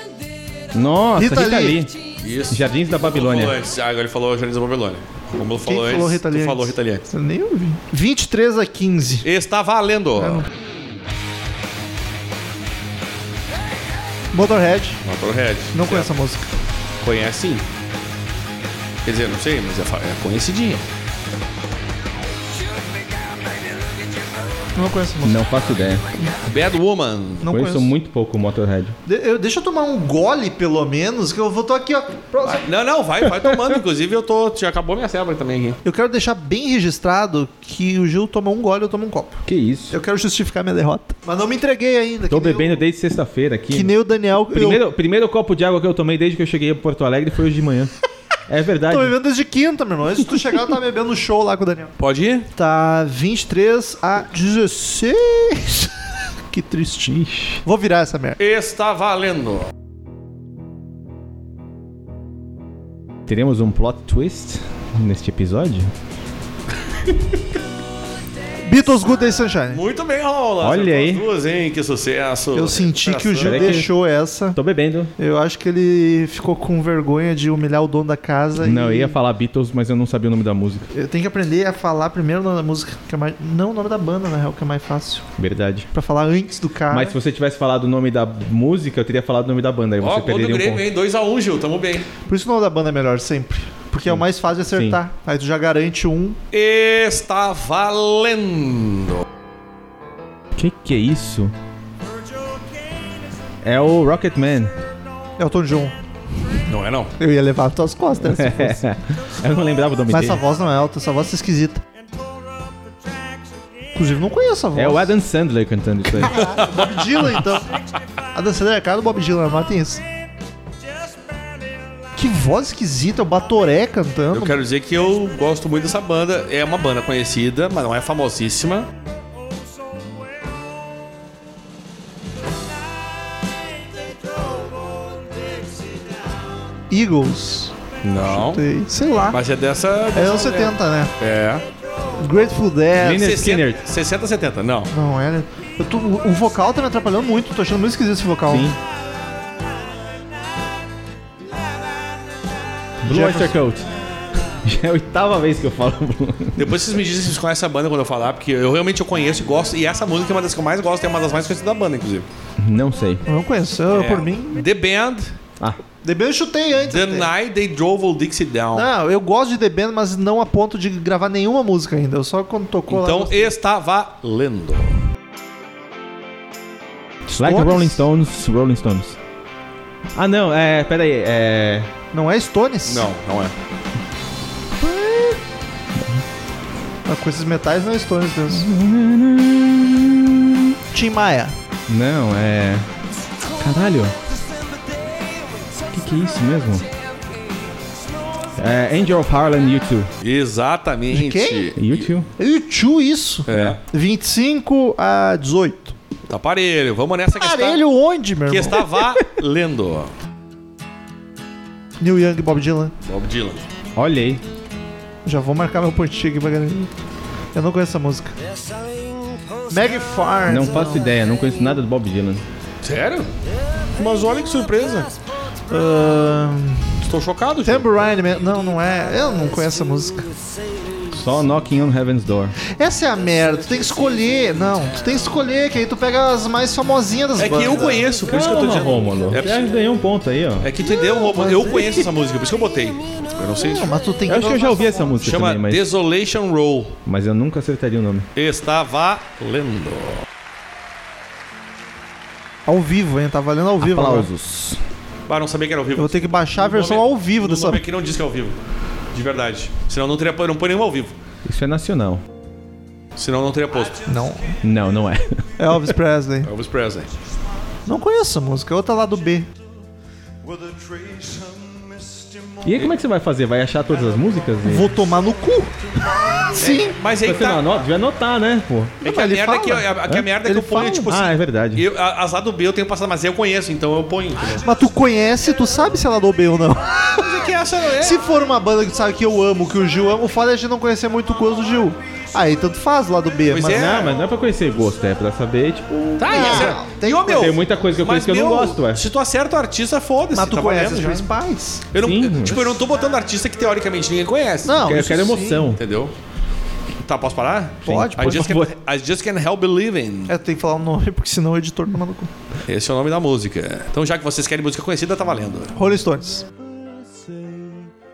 Nossa, Rita Rita, Lee. Lee. Isso. Jardins da Falou Babilônia. antes. Ah, agora ele falou Jardins da Babilônia. Como ele Quem falou antes, falou Rita Lee tu falou antes? Rita Lee antes. Eu nem ouvi. 23 a 15. Está valendo. É. Motorhead. Motorhead. Não conheço a música. Conhece sim. Quer dizer, não sei, mas é, fa- é conhecidinha. Não conheço a música. Não faço ideia. Bad Woman. Não Conheço conheço. muito pouco o Motorhead. De- eu- deixa eu tomar um gole, pelo menos, que eu vou tô aqui, ó. próximo. Vai- Não, não, vai, vai tomando. Inclusive, eu tô. Já acabou minha cebra também aqui. Eu quero deixar bem registrado que o Gil tomou um gole, eu tomo um copo. Que isso? Eu quero justificar minha derrota. Mas não me entreguei ainda. Tô que nem bebendo o- desde sexta-feira aqui. Que nem o Daniel. Primeiro, primeiro copo de água que eu tomei desde que eu cheguei a Porto Alegre foi hoje de manhã. É Eu verdade. tô bebendo desde quinta, meu irmão. Antes de tu chegar, eu tava bebendo no show lá com o Daniel. Pode ir? Tá 23 a 16. que triste. Ixi. Vou virar essa merda. Está valendo. Teremos um plot twist neste episódio? Beatles Good Day Sunshine. Muito bem, Rola. Olha Acertou aí. as Duas, hein? Que sucesso. Eu senti que o Gil Peraí É que- deixou essa. Tô bebendo. Eu acho que ele ficou com vergonha de humilhar o dono da casa. Não, eu e... ia falar Beatles, mas eu não sabia o nome da música. Eu tenho que aprender a falar primeiro o nome da música, que é mais... não o nome da banda, na real, que é mais fácil. Verdade. Pra falar antes do cara. Mas se você tivesse falado o nome da música, eu teria falado o nome da banda. Aí Ó, gol você do perderia um Grêmio, ponto. hein? 2x1, Gil. Tamo bem. Por isso o nome da banda é melhor sempre. Porque é o mais fácil de acertar. Aí tu já garante um. Está valendo. Que que é isso? É o Rocketman. Elton John. Não é, não. Eu ia levar as tuas costas. É, se fosse. eu não lembrava o nome Mas dele. essa voz não é Elton, essa voz é esquisita. Inclusive, não conheço a voz. É o Adam Sandler cantando isso aí. Bob Dylan, então. A dançadeira é a cara do Bob Dylan, mas tem isso. Que voz esquisita, o Batoré cantando. Eu quero dizer que eu gosto muito dessa banda. É uma banda conhecida, mas não é famosíssima. Eagles. Não. Tem- Sei lá. Mas é dessa. É dessa anos 70, né? É. Grateful Dead. Lynyrd Skynyrd. 60, 60, 70. Não. Não é, né? Eu tô- o vocal tá me atrapalhando muito, tô achando muito esquisito esse vocal. Sim. Blue Jefferson. Oyster Cult. Já é a oitava vez que eu falo Blue. Depois vocês me dizem se vocês conhecem a banda quando eu falar, porque eu realmente eu conheço e gosto. E essa música é uma das que eu mais gosto, é uma das mais conhecidas da banda, inclusive. Não sei. Eu não conheço, eu, É. por mim. The Band, Ah, The Band eu chutei antes. The até. Night They Drove Old Dixie Down. Não, eu gosto de The Band, mas não a ponto de gravar nenhuma música ainda. Eu só quando tocou lá. Então gostei. está valendo. like Stones? Rolling Stones, Rolling Stones. Ah, não, é, peraí, é... Não é Stones? Não, não é. Ah, Com esses metais não é Stones mesmo. Tim Maia. Não, é... Caralho. Que que é isso mesmo? É Angel of Harlem, U2. De Exatamente. quem? U2? Eu tio isso. É. 25 a 18. Tá parelho. Vamos nessa que está, Aparelho onde, meu que irmão? está valendo. Neil Young, Bob Dylan. Bob Dylan. Olha aí. Já vou marcar meu pontinho aqui pra galera. Eu não conheço essa música. Meg Farm. Não faço ideia, não conheço nada do Bob Dylan. Sério? Mas olha que surpresa. Estou chocado. Gil. Tambourine Man. Não, não é. Eu não conheço essa música. Só Knocking on Heaven's Door. Essa é a merda. Tu tem que escolher. Não, tu tem que escolher, que aí tu pega as mais famosinhas das É que bandas. eu conheço, por isso que eu tô dizendo. Rômulo. Já É, ganhei um ponto aí, ó. é que entendeu, Romulo? Eu conheço essa música, por isso que eu botei. Eu não sei se Não, mas tu tem Eu acho que eu já ouvi essa música Chama também, mas, Desolation Roll. mas eu nunca acertaria o nome. Está valendo. Ao vivo, hein? Tá valendo ao vivo. agora. Aplausos. Ah, não sabia que era ao Eu vivo. vou ter que baixar a versão nome- ao vivo O dessa. nome aqui não diz que é ao vivo. De verdade. Senão não teria não põe nenhum ao vivo. Isso é nacional. Senão não teria posto. Não. Não, não é. Elvis Presley. Elvis Presley. Não conheço a música. É outra lá do B. E aí, como é que você vai fazer? Vai achar todas as músicas? E... Vou tomar no cu. Sim. Mas aí que Você não tá. anota? Devia anotar, né, pô? É que a ele merda é que, eu- fala. é que, a merda é que Ele eu ponho, fala. tipo Ah, é assim. verdade. Eu, a- as lá do B eu tenho passado, mas eu conheço, então eu ponho. entendeu? Mas tu conhece, tu sabe se ela é do B ou não. Mas é que essa é. Se for uma banda que tu sabe que eu amo, que o Gil ama, o foda é a gente não conhecer muito coisa do Gil. Aí tanto faz lá do B. Pois mas é. Não, mas não é pra conhecer gosto, é pra saber, tipo... Tá, e Ah, essa- tem- e, ô, meu, Tem muita coisa que eu mas, conheço que eu não meu, gosto, ué. Se tu acerta o artista, foda-se. Mas tu tá conhece os valendo já. principais. Eu não, Sim. tipo, eu não tô botando artista que teoricamente ninguém conhece. Não, eu isso quero sim. emoção. Entendeu? Tá, posso parar? Pode, I pode. just, por can, I just can't help believing. É, tem que falar o nome, porque senão o editor toma no cu. Esse é o nome da música. Então, já que vocês querem música conhecida, tá valendo. Rolling Stones.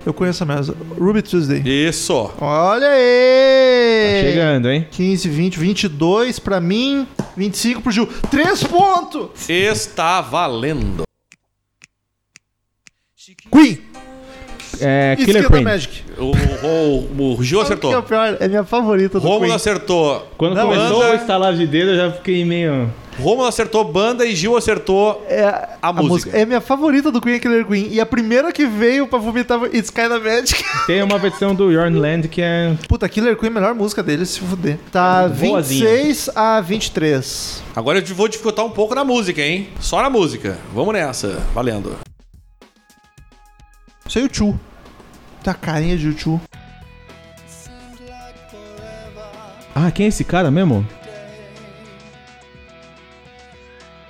Eu conheço a mesma. Ruby Tuesday. Tá Isso. Olha aí! Chegando, hein? 15, 20, 22 pra mim, 25 pro Gil. 3 pontos! Está valendo. Queen! É, Killer Esquerda Queen. Magic. O, o, o Gil Sabe o que é o acertou. pior? É minha favorita do Rômulo Queen. acertou. Quando Não, é. começou anda- o estalar de dedo, eu já fiquei meio... Rômulo acertou banda e Gil acertou. É a música. É minha favorita do Queen, é Killer Queen. E a primeira que veio pra vomitar foi It's Kinda Magic. Tem uma versão do Yorn Land que é... Puta, Killer Queen é a melhor música dele, se fuder. Tá Boazinha. 26 a 23. Agora eu vou dificultar um pouco na música, hein? Só na música. Vamos nessa. Valendo. Isso é YouTube. Tá carinha de YouTube. Ah, quem é esse cara mesmo?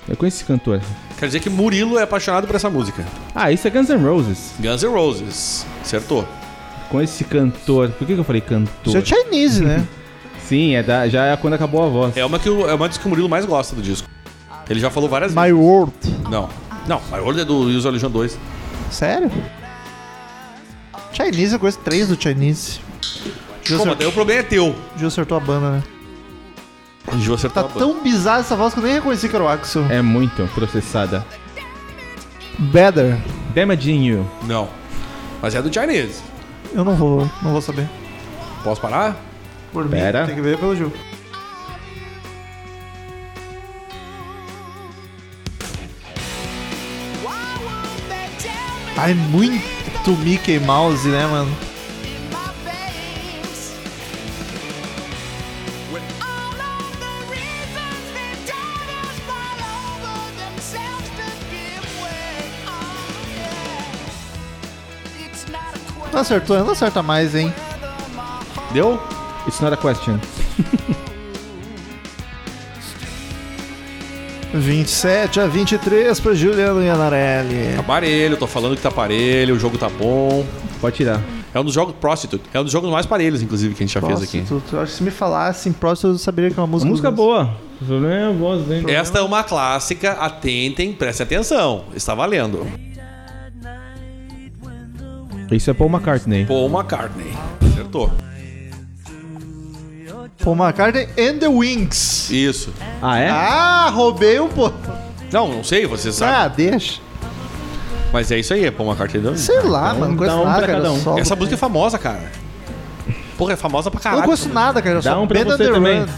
Eu conheço esse cantor. Quer dizer que Murilo é apaixonado por essa música. Ah, isso é Guns N' Roses. Guns N' Roses. Acertou. Com esse cantor. Por que, que eu falei cantor? Isso é Chinese, né? Sim, é da, já é quando acabou a voz. É uma, que, o- é uma das que o Murilo mais gosta do disco. Ele já falou várias My World. vezes. Não. Não, My World é do Use Religion 2. Sério? Chinese, eu conheço três do Chinese. Gil Pô, mas acertou, daí o problema é teu. Gil acertou a banda, né? Gil acertou Tá a banda. tão bizarra essa voz que eu nem reconheci que era o Axel. É muito processada. Better. Damaging You. Não. Mas é do Chinese. Eu não vou, não vou saber. Posso parar? Por mim, Pera. tem que ver pelo Gil. Ai, muito Mickey Mouse, né, mano? Oh, Não acertou, não acerta mais, hein? Deu? It's not a question. 27 a 23 pra Juliano Iannarelli. É Aparelho, tô falando que tá aparelho, o jogo tá bom. Pode tirar. É um dos jogos Prostitute. É um dos jogos mais parelhos, inclusive, que a gente já fez aqui. Prostitute. Eu acho que se me falasse em próximo, eu saberia que é uma música. Uma música boa. O problema é a voz dele. Esta é uma clássica, atentem, prestem atenção. Está valendo. Isso é Paul McCartney. Paul McCartney. Acertou. Paul McCartney and the Wings. Isso. Ah, é? Ah, roubei um pouco. Não, não sei, você sabe. Ah, deixa. Ah. Mas é isso aí, é Paul McCartney. Não. Sei lá, mano. Não dá conheço um nada, pra cara. cada um. Só... Essa música é famosa, cara. Porra, é famosa pra Eu caralho. não conheço nada, cara. Eu Dá só um pra Band você on the também. Run.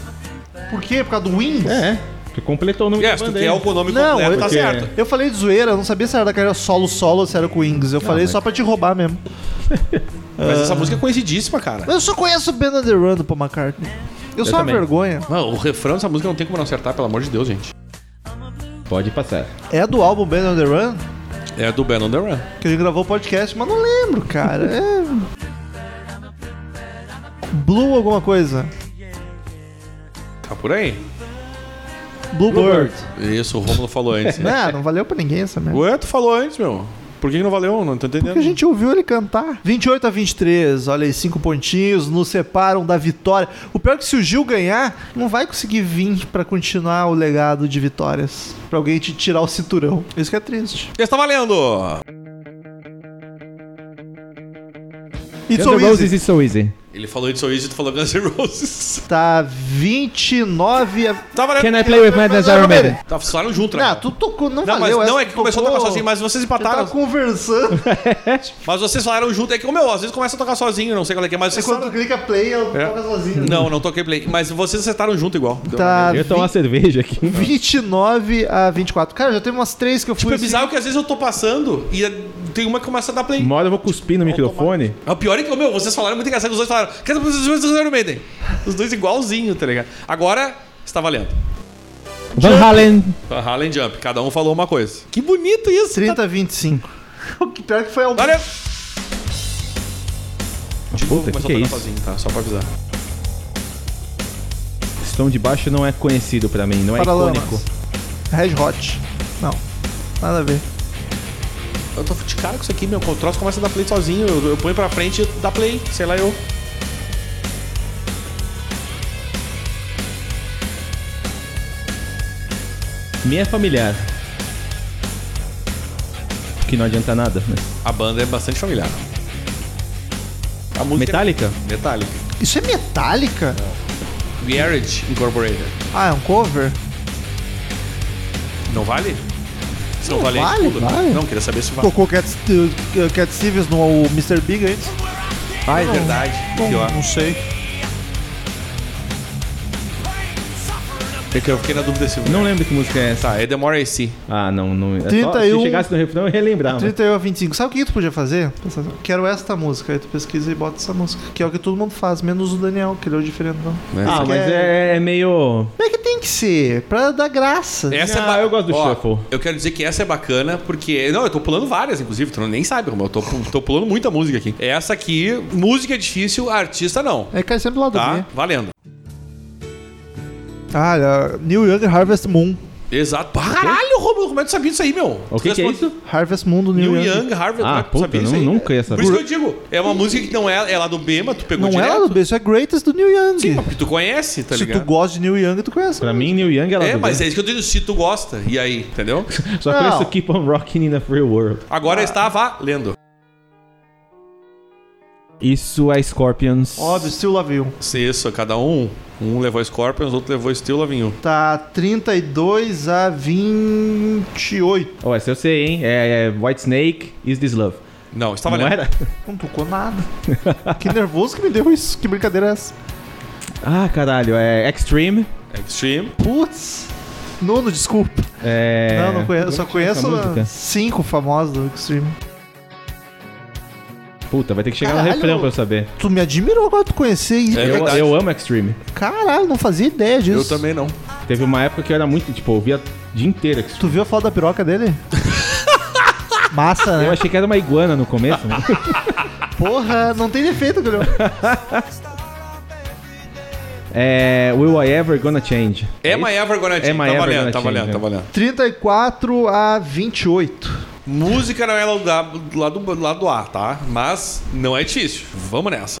Por quê? Por causa do Wings? É. Tu completou o nome É, se da tu banda quer aí. o nome Não, completo, tá porque- certo. Eu falei de zoeira, eu não sabia se era da carreira solo solo ou se era com Ah, Wings. Eu falei só pra te roubar mesmo. Mas Ah. essa música é conhecidíssima, cara. Eu só conheço o Band on the Run do Paul McCartney. Eu, sou também. uma vergonha. Não, o refrão dessa música não tem como não acertar, pelo amor de Deus, gente. Pode passar. É do álbum Band on the Run? É do Ben on the Run. Que a gente gravou o podcast, mas não lembro, cara. É... Blue alguma coisa. Tá por aí. Bluebird. Isso, o Romulo falou antes. né? Não, não valeu pra ninguém essa merda. Ué, tu falou antes, meu. Por que que não valeu? Não tô entendendo. Porque a gente ouviu ele cantar. 28 a 23, olha aí, 5 pontinhos, nos separam da vitória. O pior é que se o Gil ganhar, não vai conseguir vir pra continuar o legado de vitórias. Pra alguém te tirar o cinturão. Isso que é triste. Está tá valendo! It's so Guns N' Roses easy. It's So Easy. Ele falou isso e tu falou Guns N' Roses. Tá 29 a... Tá valendo. Can I play with Madness Iron Maiden? Tá, soaram junto, né? Ah, tu tocou, né? não, Não, mas valeu. não essa é que tu começou a tocou- tocar sozinho, mas vocês Você tava empataram. conversando, Mas vocês falaram junto. É que, ô, meu, às vezes começa a tocar sozinho, não sei qual é que é, mas vocês. quando tu clica play, eu É. toca sozinho. Não, não toquei play. Mas vocês acertaram junto igual. Então, Tá Eu ia tomar uma cerveja aqui. 29 a 24. Cara, já teve umas três que eu fui. Tipo, é assim- bizarro que às vezes eu tô passando e é, tem uma que começa a dar play. Uma hora eu vou cuspir no microfone. O pior é que, ô, meu, vocês falaram muito engraçado. Os dois falaram. "Quer saber vocês dois Iron Maiden?" Os dois igualzinho, tá ligado? Agora está valendo. Van Halen. Van Halen Jump. Cada um falou uma coisa. Tá, Que bonito isso. 30 a 25. O que é pior que foi ao Olha. De Puta, novo, que começou que a tocar é isso? sozinho, tá? Só pra avisar. Stone de baixo não é conhecido pra mim, não é Paralamas. icônico. Red Hot. Não. Nada a ver. Eu tô de cara com isso aqui, meu. O troço começa a dar play sozinho. Eu, eu ponho pra frente e dá play. Sei lá, eu. Me é familiar. Que não adianta nada, né? A banda é bastante familiar. A música Metallica? É... Metallica. Isso é Metallica? Garage Incorporated. Ah, é um cover? Não vale? Se não, vale, vale, tudo. vale. Não, queria saber se vale. Tocou Cat, eh, Cat Stevens no Mr. Big é antes? Ah, é verdade. Pior. Não sei. É que eu fiquei na dúvida se. Não lembro que música é essa. Tá, é The More I See. Ah, não, não. é só- 31. Se chegasse no refrão, eu ia lembrar. mano. 31 a 25. Sabe o que tu podia fazer? Pensar assim, Quero esta música. Aí tu pesquisa e bota essa música. Que é o que todo mundo faz, menos o Daniel, que ele é o diferentão. Ah, né? Isso mas que é, é meio. Como é que tem que ser? Pra dar graça. Essa Ah, é ba- eu gosto do Ó, shuffle. Eu quero dizer que essa é bacana, porque. Não, eu tô pulando várias, inclusive, tu não- nem sabe como. Eu tô, tô pulando muita música aqui. Essa aqui, música é difícil, artista não. É que cai sempre lá do Tá? B. Valendo. Ah, é New Young Harvest Moon. Exato. Caralho, Romulo, como é que tu sabia disso aí, meu? O que, Tu que é responde- isso? Harvest Moon do New, New Young. Young, Harvard, Ah, né? Tu puta, não- nunca ia Por saber. isso que eu digo, é uma música que não é, é lá do B, mas tu pegou Não direto. é lá do B, isso é Greatest do New Young. Sim, mas porque tu conhece, tá Se ligado? tu gosta de New Young, tu conhece. Pra mim, Neil Young ela é, mas é isso que eu digo, se tu gosta. E aí, entendeu? Só Não. conheço Keep on Rockin' in the Free World. Agora está valendo. Isso é Scorpions. Óbvio, Still Love You. Isso, cada um. Um levou Scorpions, outro levou Steel Lavinho. Tá 32 a 28. Ó, essa eu sei, hein? É, é White Snake, Is This Love. Não, está não Tá valendo. era? Não tocou nada. que nervoso que me deu isso. Que brincadeira é essa? Ah, caralho. É Extreme. Extreme. Putz. Nuno, desculpa. É... não, não conheço. Eu só Como é que chama essa conheço música? cinco famosos do Extreme. Puta, vai ter que chegar Caralho. no refrão pra eu saber. Tu me admirou agora tu conhecer isso. É, Eu, verdade. eu amo Extreme. Caralho, não fazia ideia disso. Eu também não. Teve uma época que eu era muito, tipo, eu ouvia o dia inteiro Extreme. Tu viu a foto da piroca dele? Massa, Eu né? achei que era uma iguana no começo, né? Porra, não tem defeito, Guilherme. É. Will I Ever Gonna Change? É my ever gonna change. Am I tá ever valendo, gonna tá change, valendo, é. tá valendo. 34 a 28. Música não é lugar- lá do, lá do ar, tá? Mas não é difícil. Vamos nessa.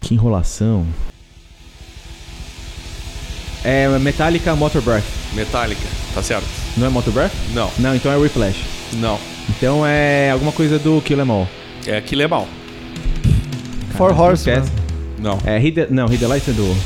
Que enrolação. É Metallica Motor Breath. Metallica, tá certo? Não é Motor Breath? Não, Não, então é Whiplash. não. Então é alguma coisa do Kill Em All. É aquilo é mal. Four Horse. Esquece. Não. É Hidden... Não, Hidden Lights é do...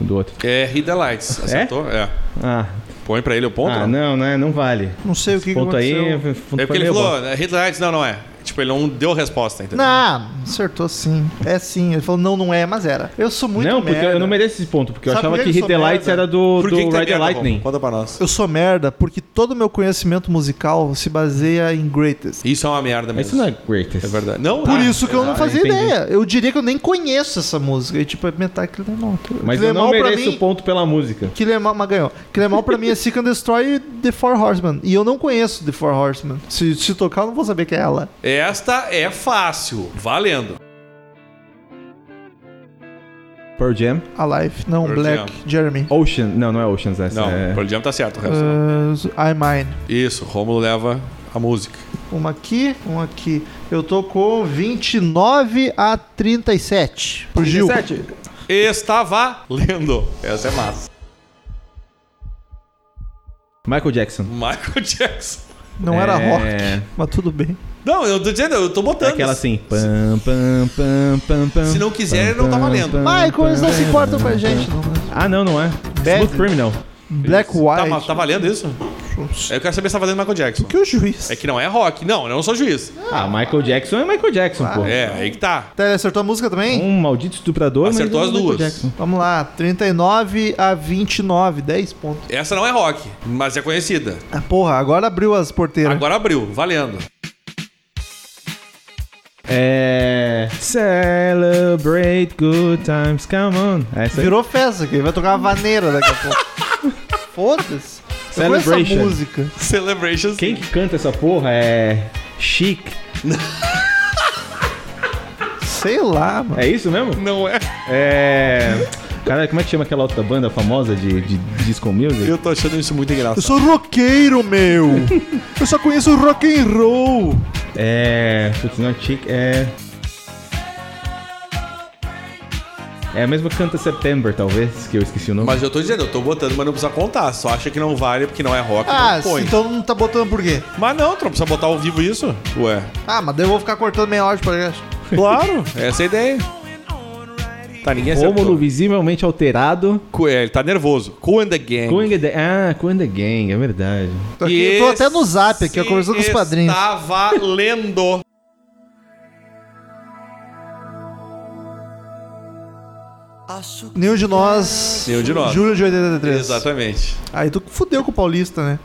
do outro. É Hidden Lights, acertou? É. Ah, Põe pra ele o ponto? ah não? não, né? Não vale. Não sei o que, que Ponto aí... aconteceu. É É porque ele falou, é Hidden Lights não, não é. Tipo, ele não deu resposta, entendeu? Não, acertou sim. É sim. Ele falou, não, não é, mas era. Eu sou muito não, porque merda. eu não mereço esse ponto, porque eu Sabe achava por que que eu sou Hidden Lights merda? era do, do Por que, que tá Ride the merda, Lightning. Romulo? Conta pra nós. Eu sou merda porque todo o meu conhecimento musical se baseia em greatest. Isso é uma merda Mas mesmo. Isso não é greatest. É verdade. Não, Por ah, isso que eu não ah, fazia entendi. ideia. Eu diria que eu nem conheço essa música. E, tipo, é Metallica Lemal. Mas eu não mereço o ponto pela música. Que Lemal, mas ganhou. Que Lemal pra mim é Seek and Destroy e The Four Horsemen. E eu não conheço The Four Horsemen. Se, se tocar, eu não vou saber que é ela. Esta é fácil. Valendo. Pearl Jam. Alive. Não, Pearl Black. Jeremy. Ocean. Não, não é Oceans essa. Não, é... Pearl Jam tá certo. o resto não. Ah, I Mine. Isso, Romulo leva a música. Uma aqui, uma aqui. Eu tô com 29 a 37. Pro Gil. Estava lendo. Essa é massa. Michael Jackson. Michael Jackson. Não era É. rock, mas tudo bem. Não, eu tô dizendo, eu tô É botando. aquela assim. Pam, pam, pam, pam, pam, Se não quiser, não tá valendo. Michael, eles não se importam com a gente. Não. Ah, não, não é. Bad. Smooth Criminal. Black Tá, mas White. tá valendo isso? Puxa. Eu quero saber se tá valendo Michael Jackson. Que o juiz. É que não é rock. Não, eu não sou juiz. Ah, Michael Jackson é Michael Jackson, pô. É, aí que tá. Tá, ele acertou a música também? Um maldito estuprador, mas Acertou é as Michael duas. Jackson. Vamos lá, 39 a 29, 10 pontos. Essa não é rock, mas é conhecida. Ah, porra, agora abriu as porteiras. Agora abriu, valendo. É. Celebrate good times, come on. É Essa aí. Virou festa aqui, vai tocar a vaneira daqui a pouco. Foda-se. Eu conheço essa Celebration. música. Celebrations. Quem que canta essa porra é. Chic. Sei lá, mano. É isso mesmo? Não é. É. Caralho, como é que chama aquela outra banda famosa de, de disco music? Eu tô achando isso muito Eu engraçado. sou roqueiro, meu. Eu só conheço rock and roll. É. Putz, não, Chic é. É a mesma que canta September, talvez, que eu esqueci o nome. Mas eu tô dizendo, eu tô botando, mas não precisa contar. Só acha que não vale porque não é rock. Ah, não põe. então não tá botando por quê? Mas não, tu não precisa botar ao vivo isso. Ué. Ah, mas daí eu vou ficar cortando meia hora de podcast. Claro, essa é a ideia. Tá, ninguém Rômulo acertou. visivelmente alterado. Cu- é, Ele tá nervoso. Cool and the Gang. Coen and the- Ah, Coen and the Gang, é verdade. Tô, aqui- eu tô até no zap aqui, eu conversando com os padrinhos. Tá valendo. Nenhum de nós. Nenhum de nós. Júlio de 83. Exatamente. Aí tu fudeu com o Paulista, né?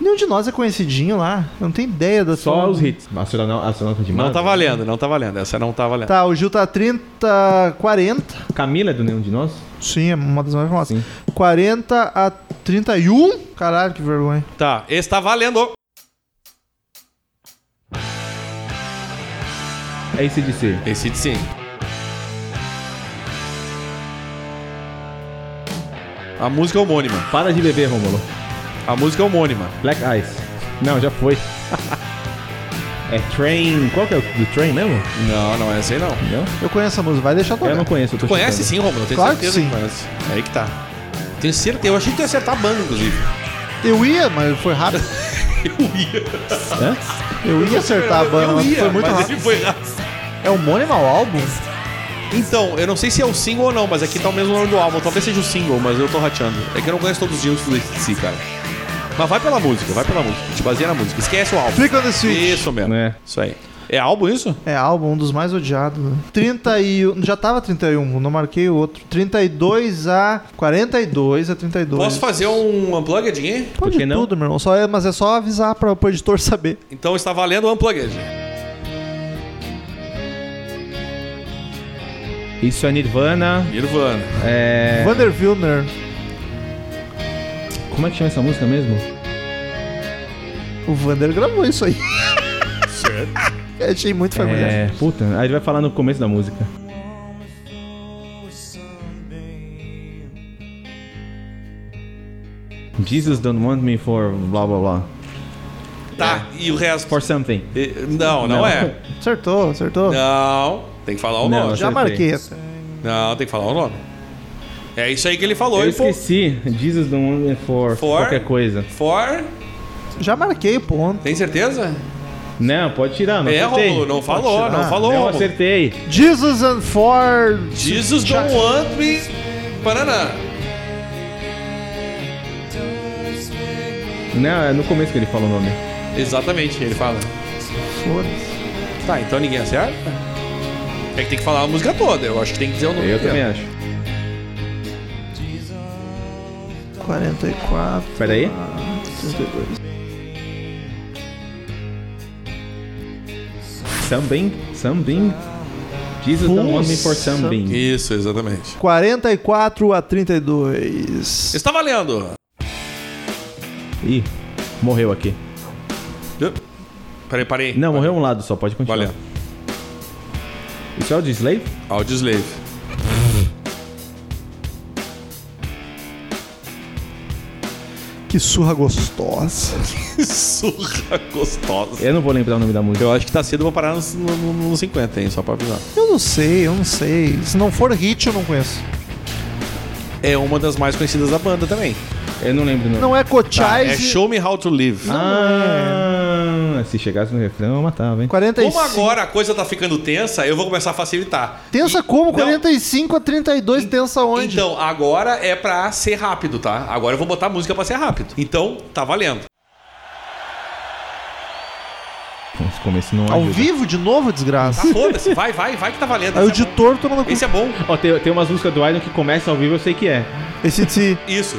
Nenhum de nós é conhecidinho lá. Eu não tenho ideia da Só sua- os hits. Astronauta, astronauta de Não Marte. tá valendo, não tá valendo. Essa não tá valendo. Tá, o Gil tá 30, 40. Camila é do nenhum de nós? Sim, é uma das mais famosas. Sim. 40 a 31? Caralho, que vergonha. Tá, esse tá valendo. É esse de ser. Esse sim. A música é homônima. Para de beber, Rômulo. A música é homônima. Black Eyes. Não, já foi. é Train. Qual que é o do Train mesmo? Não, não é essa aí não. Não? Eu conheço a música, vai deixar tocar. Eu não conheço. Eu tô Conhece chutando. sim, Romulo. Tenho Claro que certeza sim. conhece. Aí que tá. Tenho certeza. Eu achei que tu ia acertar a banda, inclusive. Eu ia, mas foi rápido. Hã? Eu ia acertar a banda, Eu mas ia, foi muito mas rápido. ele Tá foi rápido. É homônimo ao álbum? Então, eu não sei se é o single ou não, mas aqui tá o mesmo nome do álbum. Talvez seja o single, mas eu tô rateando. É que eu não conheço todos os dias do si, cara. Mas vai pela música, vai pela música. Te baseia na música. Esquece o álbum. Clica on the switch. Isso mesmo. É. Isso aí. É álbum isso? É álbum, um dos mais odiados. Né? 31. Já tava 31, não marquei o outro. 32 a 42 a 32. Posso fazer um unplugged aqui? Pode Por que não? tudo, meu irmão. Só é- mas é só avisar pra, pro editor saber. Então está valendo o unplugged. Isso é Nirvana. Nirvana. É. Vander Wilner. Como é que chama essa música mesmo? O Vander gravou isso aí. Eu achei muito familiar. É. Puta, aí ele vai falar no começo da música. Jesus don't want me for blá blá blá. Tá, e o resto? For something. E- Não, não, É. Não. é. Acertou, acertou. Não, tem que falar o Não. nome. Já acertei. marquei assim. essa. Não, tem que falar o nome. É isso aí que ele falou. Eu ele falou, esqueci. Jesus don't want me for, For? qualquer coisa. For, Já marquei o ponto. tem certeza? Não, pode tirar, não É, acertei. Ah, Romulo, não falou, tirar. não falou. Não Romulo. acertei. Jesus and Ford. Jesus don't want me. Paraná. Não, é no começo que ele fala o nome. Exatamente, ele fala. Foda-se. Tá, então ninguém acerta? É que tem que falar a música toda, eu acho que tem que dizer o nome. Eu inteiro. também acho. 44. Pera aí. 32. Something, something. Jesus don't want me for something. Isso, exatamente. 44 a 32. Está valendo! Ih, morreu aqui. Parei, parei. Não, morreu um lado só, pode continuar. Valeu. Isso é o de Slave? Audioslave. Que surra gostosa. Que surra gostosa. Eu não vou lembrar o nome da música. Eu acho que tá cedo, eu vou parar nos, no- no- nos 50, hein, só pra avisar. Eu não sei, eu não sei. Se não for hit, eu não conheço. É uma das mais conhecidas da banda também. Eu não lembro o nome. Não é Cochise. é Show Me How To Live. Ah, se chegasse no refrão eu matava, hein? 45. Como agora a coisa tá ficando tensa, eu vou começar a facilitar. Tensa E- como? Não, 45 a 32, tensa onde? Então, agora é pra ser rápido, tá? Agora eu vou botar a música pra ser rápido. Então, tá valendo. Esse começo não Ao ajuda. vivo de novo, desgraça? Tá, foda-se. Vai, vai, vai que tá valendo. Aí o Esse é bom. editor tomando cu. Esse é bom. Ó, tem, tem umas músicas do Iron que começam ao vivo, eu sei que é. Esse de Isso.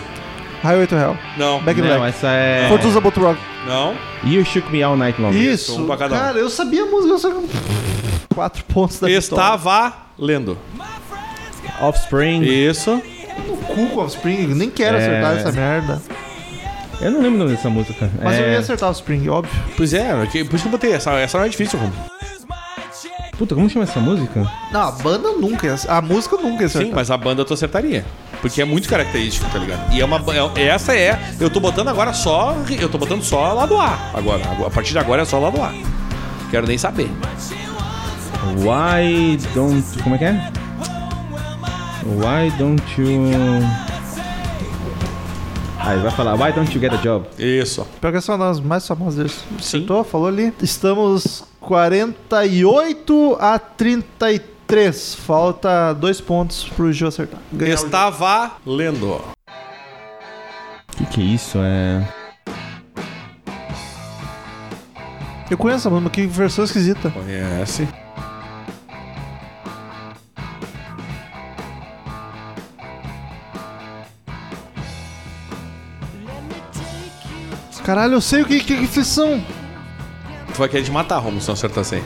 Highway to Hell. Não. Back in não, Black. essa é... Fortuza Bolt Rock. Não. You Shook Me All Night Long. Isso. um pra cada um. Cara, eu sabia a música, eu só... Quatro pontos da Está valendo. Offspring. Isso. vitória. Cu com Offspring, nem quero É. acertar essa merda. Eu não lembro o nome dessa música. Mas eu é... ia acertar o Offspring, óbvio. Pois é, que- por isso que eu botei. Essa, essa não é difícil, Romulo. Puta, como chama essa música? Não, a banda nunca ia A música nunca ia acertar. Sim, mas a banda tu acertaria. Porque é muito característico, tá ligado? E é uma. ba- é- Essa é. Eu tô botando agora só. Eu tô botando só lado A. Agora. agora- A partir de agora é só lado A. Quero nem saber. Why don't. Como é que é? Why don't you. Aí vai falar, why don't you get a job? Isso. Pior que essa é uma das mais famosas deles. Acertou? Falou ali. Estamos 48 a 33. Falta dois pontos pro Gil acertar. Ganhar o Está valendo. Que que é isso? É. jogo. Eu conheço a música, que versão esquisita. Conhece. Caralho, eu sei o que que, que vocês são. Tu vai querer te matar, Romulo, se não acertar sem.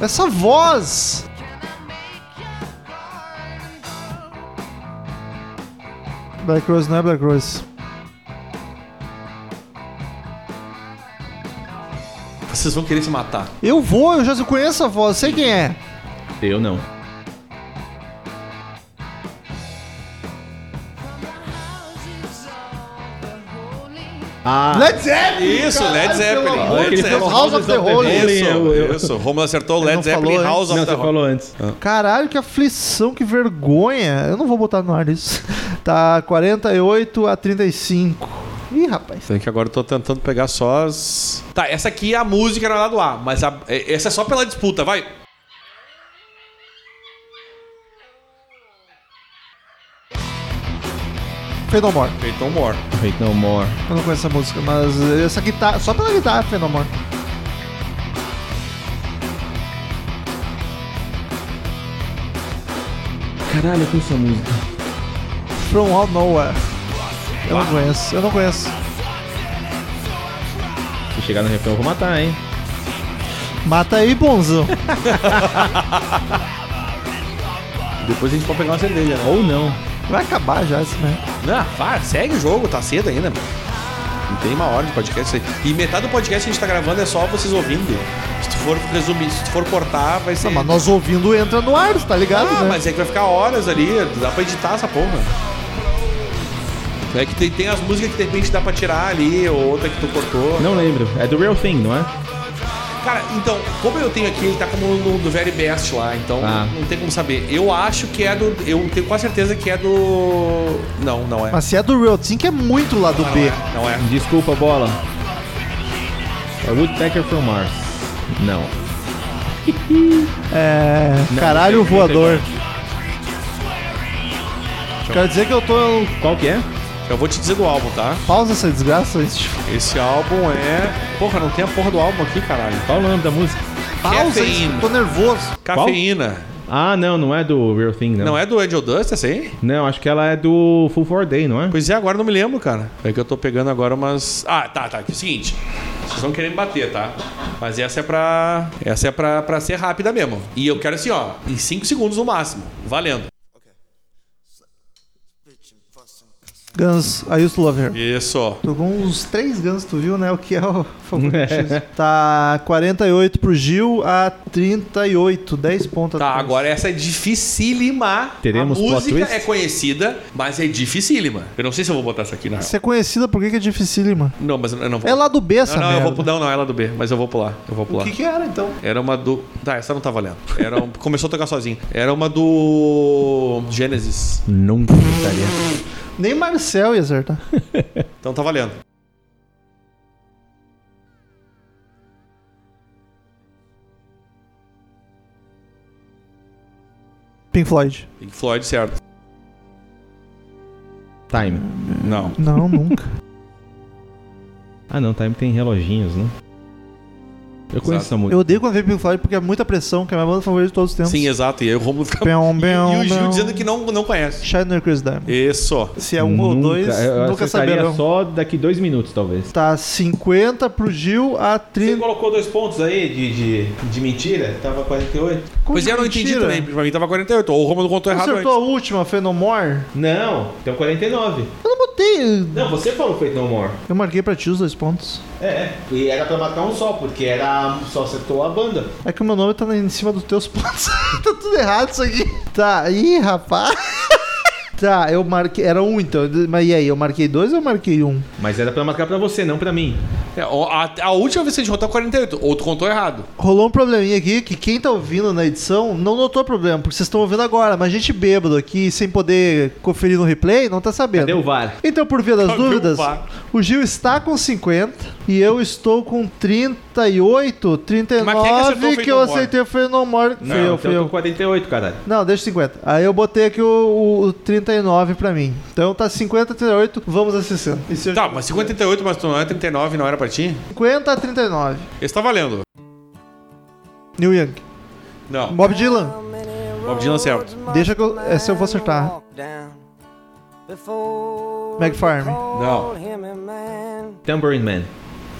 Essa voz. Black Rose não é Black Rose. Vocês vão querer se matar. Eu vou, eu já conheço a voz, sei quem é. Eu não. Ah, Led Zeppelin! Isso, Led Zeppelin. pelo amor Led de Zeppelin. Deus, House of the Holy. Isso, eu- eu- isso. Romulo acertou Ele Led não Zeppelin falou, hein? House não, of the você Rock. falou antes. Caralho, que aflição, que vergonha. Eu não vou botar no ar isso. Tá 48 a 35. Ih, rapaz. Tem que agora eu tô tentando pegar só as. Tá, essa aqui é a música era lá do A, mas a- é- essa é só pela disputa, vai. Faith No More. Feito no more. Faith No More. Eu não conheço essa música, mas essa guitarra, só pela guitarra, Faith No More. Caralho, eu conheço essa música. From All Nowhere. Eu não conheço, eu não conheço. Se chegar no refrão, eu vou matar, hein? Mata aí, bonzão. Depois a gente pode pegar uma cerveja, né? Ou não. Vai acabar já isso, né? Ah, vá, segue o jogo, tá cedo ainda, mano. Não tem uma hora de podcast isso aí. E metade do podcast que a gente tá gravando é só vocês ouvindo. Se tu for resumir, se tu for cortar, vai ser. Não, Tá, mas nós ouvindo entra no ar, tá ligado, Ah, né? mas é que vai ficar horas ali, dá pra editar essa porra. É que tem, tem as músicas que de repente dá pra tirar ali, ou outra que tu cortou. Não lembro. É do Real Thing, não é? Cara, então, como eu tenho aqui, ele tá como no, do Very Best lá, então Ah. Tá. não tem como saber. Eu acho que é do. Eu tenho quase certeza que é do. Não, não é. Mas se é do Real Think é muito lá do não, B. é. Não é. Desculpa, bola. É Woodpecker from Mars. Não. É. Não, Caralho não tem- não tem voador. Quero dizer que eu tô. Qual que é? Eu vou te dizer do álbum, tá? Pausa essa desgraça, gente. Esse álbum é. Porra, não tem a porra do álbum aqui, caralho. Qual o nome da música? Pausa, Cafeína. isso, tô nervoso. Cafeína. Ah, não, não é do Real Thing, não. Não é do Angel Dust essa aí? Não, acho que ela é do Full Four Day, não é? Pois é, agora não me lembro, cara. É que eu tô pegando agora umas. Ah, tá, tá. Que é o seguinte. Vocês vão querer me bater, tá? Mas essa é pra. Essa é pra, pra ser rápida mesmo. E eu quero assim, ó, em 5 segundos no máximo. Valendo. Guns, I used to love her. Isso. Tocou uns três Guns, tu viu, né? O que é o favoritismo. tá 48 pro Gil a 38. 10 pontos Tá, atrás. agora essa é dificílima. Teremos A plot música twist? é conhecida, mas é dificílima. Eu não sei se eu vou botar essa aqui na. Isso é conhecida, por que que é dificílima? Não, mas eu não vou. É lá do B essa não, não, eu merda. vou, não, não, é lá do B, mas eu vou pular. Eu vou pular. O que que era, então? Era uma do. Tá, essa não tá valendo. Era um- Começou a tocar sozinho. Era uma do. Genesis. Nunca estaria. Nem Marcel ia acertar. Então tá valendo. Pink Floyd. Pink Floyd, certo. Time. Não. Não, nunca. Ah, não, Time tem reloginhos, né? Eu conheço essa música. Eu odeio quando vem Pink Floyd porque é muita pressão, que é a minha banda favorita de todos os tempos. Sim, exato. E aí o Romulo fica. Bem, bem, e o Gil bem. dizendo que não, não conhece. Shiner Chris Diamond. Isso. Se é um ou Nunca- dois, eu- eu nunca acertaria saberão. só daqui dois minutos, talvez. Tá 50 pro Gil a 30. colocou dois pontos aí de, de, mentira? Tava 48? Como Pois que é, eu não entendi mentira? também. Pra mim tava 48. Ou o Romulo contou errado Acertou a última, Fenomore? Não, tem um 49. Eu não botei. Não, você falou Feito No More. Eu marquei pra ti os dois pontos. É, e era pra matar um só, porque era só acertou a banda. É que o meu nome tá em cima dos teus pontos. tá tudo errado isso aqui. Tá, ih, rapaz. tá, eu marquei. Era um então. Mas e aí, eu marquei dois ou eu marquei um? Mas era pra marcar pra você, não pra mim. antes. É, ó, a, a última vez que a gente contou é 48. Ou tu contou errado. Rolou um probleminha aqui que quem tá ouvindo na edição não notou o problema, porque vocês estão ouvindo agora, mas gente bêbado aqui, sem poder conferir no replay, não tá sabendo. Cadê o VAR? Então, por via das Cadê dúvidas, o VAR? o Gil está com 50 e eu estou com 38, 39, Mas quem é que acertou que, o Fade eu No More? aceitei foi No More. Não, fui eu, então fui eu eu. tô 48, caralho. Não, deixa 50. Aí eu botei aqui o, o, o 39 pra mim. Então tá 50 38, vamos a 60. E se eu- Tá, mas 58, mas tu não é 39, não era pra ti? 50 a 39. Esse tá valendo. New Young. Não. Bob Dylan. Bob Dylan, certo. Deixa que eu. Essa eu vou acertar. Meg Farm. Não. Tambourine Man.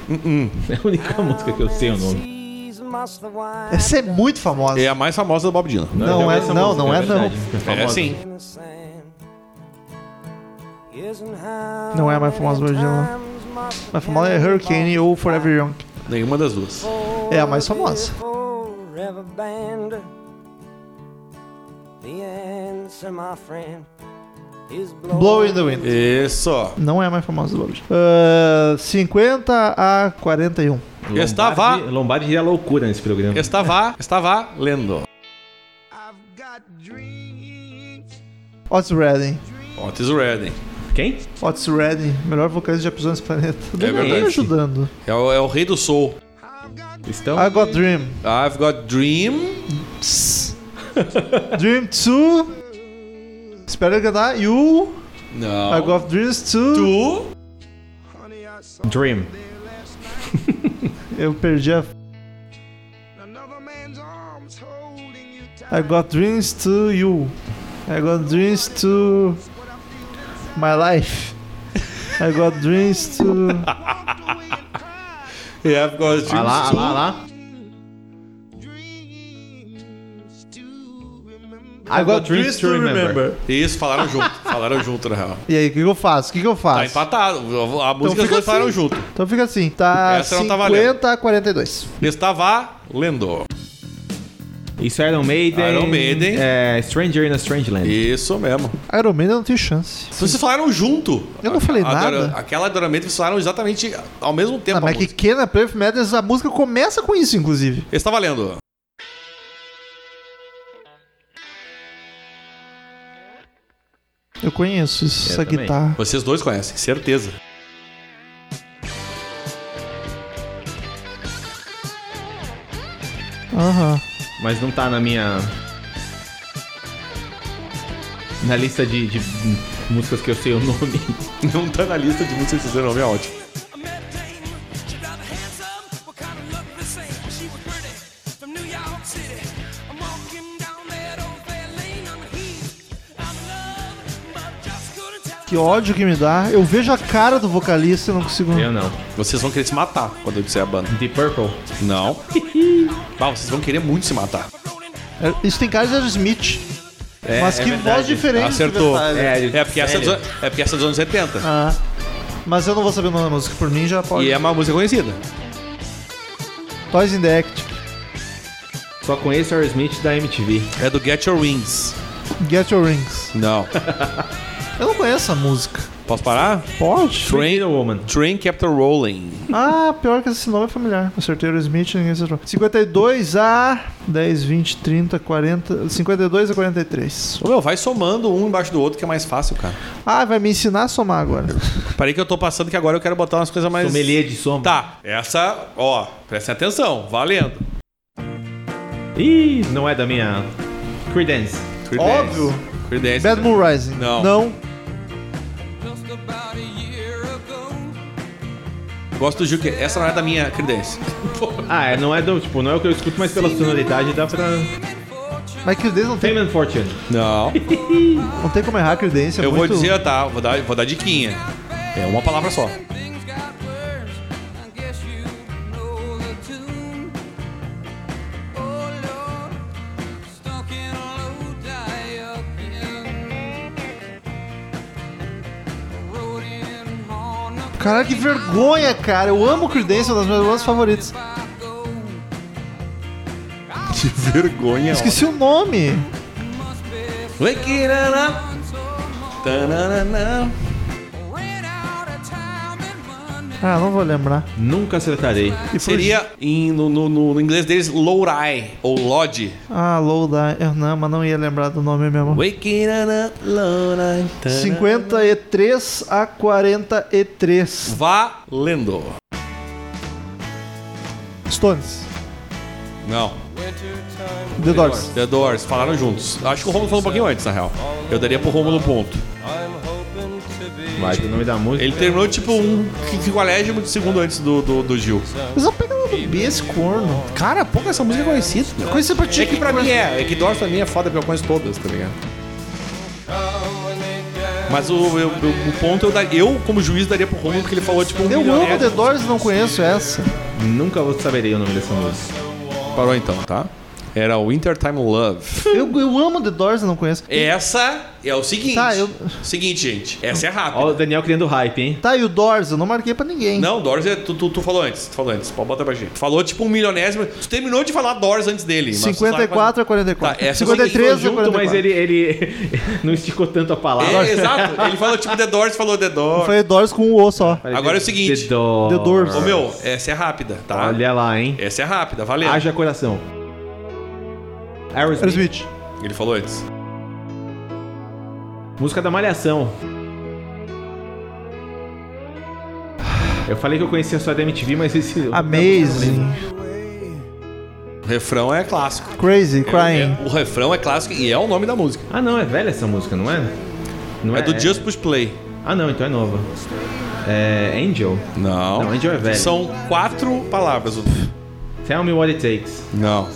Uh-uh. É a Ah, única música que eu sei o nome. Essa é muito famosa. É a mais famosa do Bob Dylan. Não então é- essa não, não é verdade. É famosa. sim. Não é a mais famosa do Bob Dylan. A mais famosa é Hurricane ou Forever Young. Nenhuma das duas. É a mais famosa. Forever band. The answer, my friend, is blowing. Blow in the Wind. Isso. Não é a mais famosa do Bob Dylan. Ah, 50 a 41. Lombardi, Estava- Lombardi é loucura nesse programa. Estava, estava lendo. Otis Redding. Otis Redding. Quem? Otis Redding, melhor vocalista já pisou nesse planeta. Não tá me É verdade. ajudando. É o, é o rei do soul. Estão... Ah. I Got Dream. I've got dream. Dream 2. Espero ganhar. E o Não. I Got Dreams to... Tu. Dream. Eu perdi a... I Got Dreams to You. I Got Dreams to... My Life. I Got Dreams to... Yeah, I've got Ah dreams lá, ah too. lá, ah lá. I Got Dreams to Remember. Isso, falaram junto. Falaram junto, na real. E aí, o que, que eu faço? O que, que eu faço? Tá empatado. A música os fica dois falaram assim. junto. Então fica assim, tá Essa não tá 50 a 42. Estava lendo. Isso é Iron Maiden. Iron Maiden. É, Stranger in a Strange Land. Isso mesmo. Iron Man eu não tenho chance. Vocês falaram junto. Eu não falei A- a nada. Dora- Aquela adoramento vocês falaram exatamente ao mesmo tempo. Ah, mas a que música. Kena Perfect Madness, a música começa com isso, inclusive. Estava lendo. Eu conheço isso, Eu essa também. guitarra. Vocês dois conhecem, certeza. Aham. Mas não tá na minha. Na lista de, de músicas que eu sei o nome. Não tá na lista de músicas que vocês não é ótimo. Que ódio que me dá. Eu vejo a cara do vocalista e não consigo. Eu não. Vocês vão querer se matar quando eu disser a banda. The Purple. Não. Bah, vocês vão querer muito se matar. É, Isso tem cara de Aerosmith. É, mas que é voz verdade. diferente. Acertou. dessa- É, É porque, essa é dos, sério. an- é porque essa é dos anos 70. Ah. Mas eu não vou saber o nome da música, por mim já pode. E é uma música conhecida. Toys in the Act. Só conheço o Smith da MTV. É do Get Your Wings. Get Your Rings. Não. Eu não conheço essa música. Posso parar? Pode? Train Woman. Train Kept a Rolling. Ah, pior que esse nome é familiar. Acertei o Smith, ninguém acertou. 52 a 10, 20, 30, 40. 52 a 43. Ô, meu, vai somando um embaixo do outro que é mais fácil, cara. Ah, vai me ensinar a somar agora. Parei que eu tô passando que agora eu quero botar umas coisas mais. Sommelier de soma. Tá, essa, ó, prestem atenção, valendo. Ih, não é da minha. Credence. Óbvio. Credence. Bad Moon Rising. Não. Não. Just about a year ago. Gosto do Gil, que essa não é da minha Credence. Ah, é, não é do. Tipo, não é o que eu escuto, mas pela sonoridade dá pra. Mas Credence não tem, Fame and Fortune. Não. não tem como errar Credence. É eu vou muito- dizer, tá, vou dar, vou dar diquinha. É uma palavra só. Things got worse. I guess you know the tune. Oh Lord, stuck in a low again. Rode in on the Caralho, que vergonha, cara. Eu amo Credence, é uma das minhas bandas favoritas. Que vergonha. Esqueci o nome. Wake it up. Tananana. Ah, não vou lembrar. Nunca acertarei. E foi- Seria em- no, no- no- no inglês deles Lowry ou Lodge. Ah, Low Die. Eu não, mas não ia lembrar do nome mesmo. Wake it up, Lowry. tanana. 53 a 43. Valendo. Stones. Não. The Doors. The Doors, falaram juntos. Acho que o Romulo falou um pouquinho antes, na real. Eu daria pro Romulo ponto. Vai do nome da música. Ele terminou tipo um qu- quinquagésimo de segundo antes do, do, do Gil. Mas só pega no B um esse corno. Cara, pouco essa música é conhecida. Coisa pra ti né? É que pra mim é, é que Doors pra mim é foda porque eu conheço todas, tá ligado? Mas o, eu- eu- o ponto eu, dar, eu, como juiz, daria pro Romulo porque ele falou tipo um Eu amo The milionésimo. Doors e não conheço essa. Nunca vou saberei o nome dessa música. Parou então, tá? Era o Wintertime Love. Eu, eu amo The Doors e não conheço. Essa é o seguinte. Tá, eu- Seguinte, gente. Essa é rápida. Ó, o Daniel criando hype, hein? Tá, e o Doors? Eu não marquei pra ninguém. Não, Doors é. Tu, tu, tu falou antes, tu falou antes. Pode botar pra gente. Tu falou tipo um milionésimo. Tu terminou de falar Doors antes dele. mas tu sabe 54 a Tá, 44. essa eu sei que 53 a ficou 44. Junto, mas ele, ele não esticou tanto a quando- palavra. É, exato. Ele falou tipo The Doors, falou The Doors. Foi Doors com o O só. Agora é o seguinte. The Doors. The Doors. Ô meu, essa é rápida, tá? Olha lá, hein? Essa é rápida, valeu. Haja coração. Aerosmith. Aerosmith. Ele falou antes. Música da Malhação. Eu falei que eu conhecia só da MTV, mas esse. Amazing. O refrão é clássico. Crazy. É, Crying. o refrão é clássico e é o nome da música. Ah, não, é velha essa música, não é? Não É do Just Push Play. Ah, não, então é nova. É Angel. Não. Não, Angel é velho. São quatro palavras. Tell me what it takes. Não.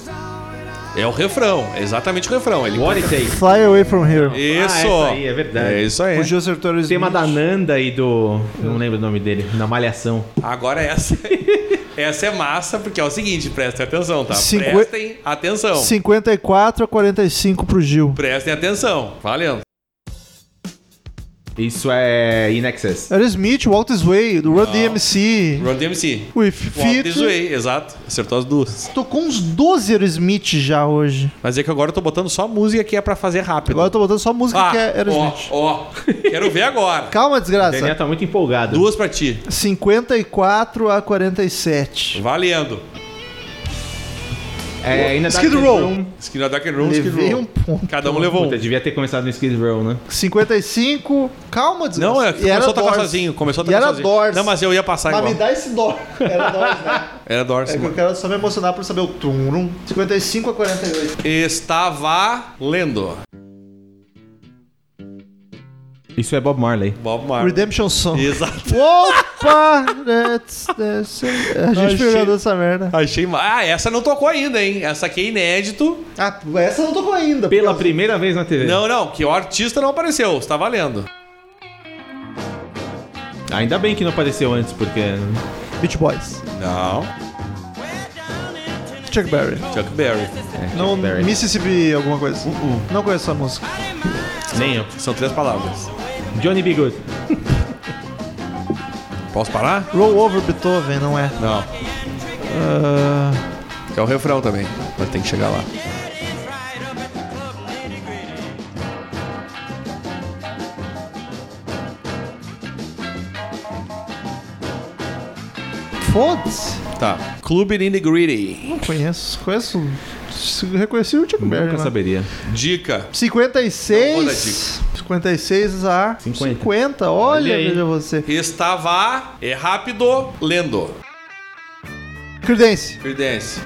É o refrão, é exatamente o refrão. Ele What it takes. Fly away from here. Isso. essa aí, é verdade. É isso aí. O Gil acertou O tema da Nanda e do. Não lembro o nome dele. Na Malhação. Agora essa. essa é massa, porque é o seguinte, prestem atenção, tá? Cinqu- Prestem atenção. 54 a 45 pro Gil. Prestem atenção. Valendo. Isso é In Excess. Era Smith, Walk This Way, Ah. do Run DMC, Run DMC. with Walk this Fit. way, exato. Acertou as duas. Tô com uns 12 Aerosmith já hoje. Mas é que agora eu tô botando só música que é pra fazer rápido. Agora eu tô botando só música ah, que é ó, Aerosmith. ó. Quero ver agora. Calma, O Daniel desgraça. tá muito empolgado. Duas pra ti. 54 a 47. Valendo. É In a Skid Darkened Row. Room. Esquina da Room, Levei Skid um ponto. Cada um levou Puta, um. devia ter começado no Skid Row, né? 55. Calma, desgraça. Não, é que E era começou a tocar Doors. sozinho. Começou a E tocar era sozinho. Doors. Não, mas eu ia passar Mas me igual. dá esse dó. Era Doors, né? Era Doors. É que eu quero só me emocionar por saber o tum. 55 a 48. Tá. Estava lendo. Isso é Bob Marley. Bob Marley. Redemption Song. Exato. Opa! that's- that's- A gente Achei. pegou essa merda. Achei. ma- Ah, essa não tocou ainda, hein? Essa aqui é inédito. Ah, essa eu não tocou ainda. Pela porque- primeira vez na TV. Não, não, que o artista não apareceu. Está valendo. Ainda bem que não apareceu antes, porque. Beach Boys. Não. Chuck Berry. Chuck Berry. Não, é, Berry. Mississippi alguma coisa. Uh, Não conheço essa música. Nem eu. São três palavras. Johnny B. Good. Posso parar? Roll Over Beethoven, não é. Não. Ah, É o refrão também. Mas tem que chegar lá. Foda-se. Tá. Clube Nitty Gritty. Não conheço. Conheço. Reconheci o Chuck Berry. Nunca né? saberia. Dica. Não vou dar 56. dica. 56 a 50. 50. Olha, Olha aí. veja você. Estava. É rápido. Lendo. Credence. Creedence.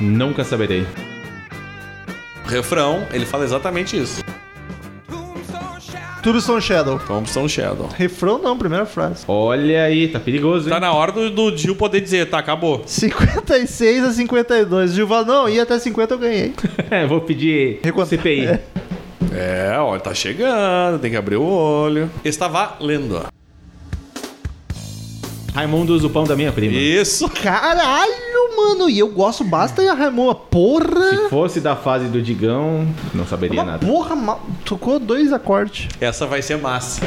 Nunca saberei. Refrão. Ele fala exatamente isso. Turbstone Shadow. Thompson um Shadow. Refrão não, primeira frase. Olha aí, tá perigoso, hein? Tá na hora do, do Gil poder dizer, tá, acabou. 56 a 52. Gilval, não, ia até 50 eu ganhei. É, vou pedir Reconta- CPI. Tá. É. É, olha, tá chegando, tem que abrir o olho. Estava lendo. Raimundo usa o pão da minha prima. Isso. Caralho, mano. E eu gosto basta da Raimunda. Porra. Se fosse da fase do Digão, não saberia Uma nada. porra, ma- tocou dois acordes. Essa vai ser massa.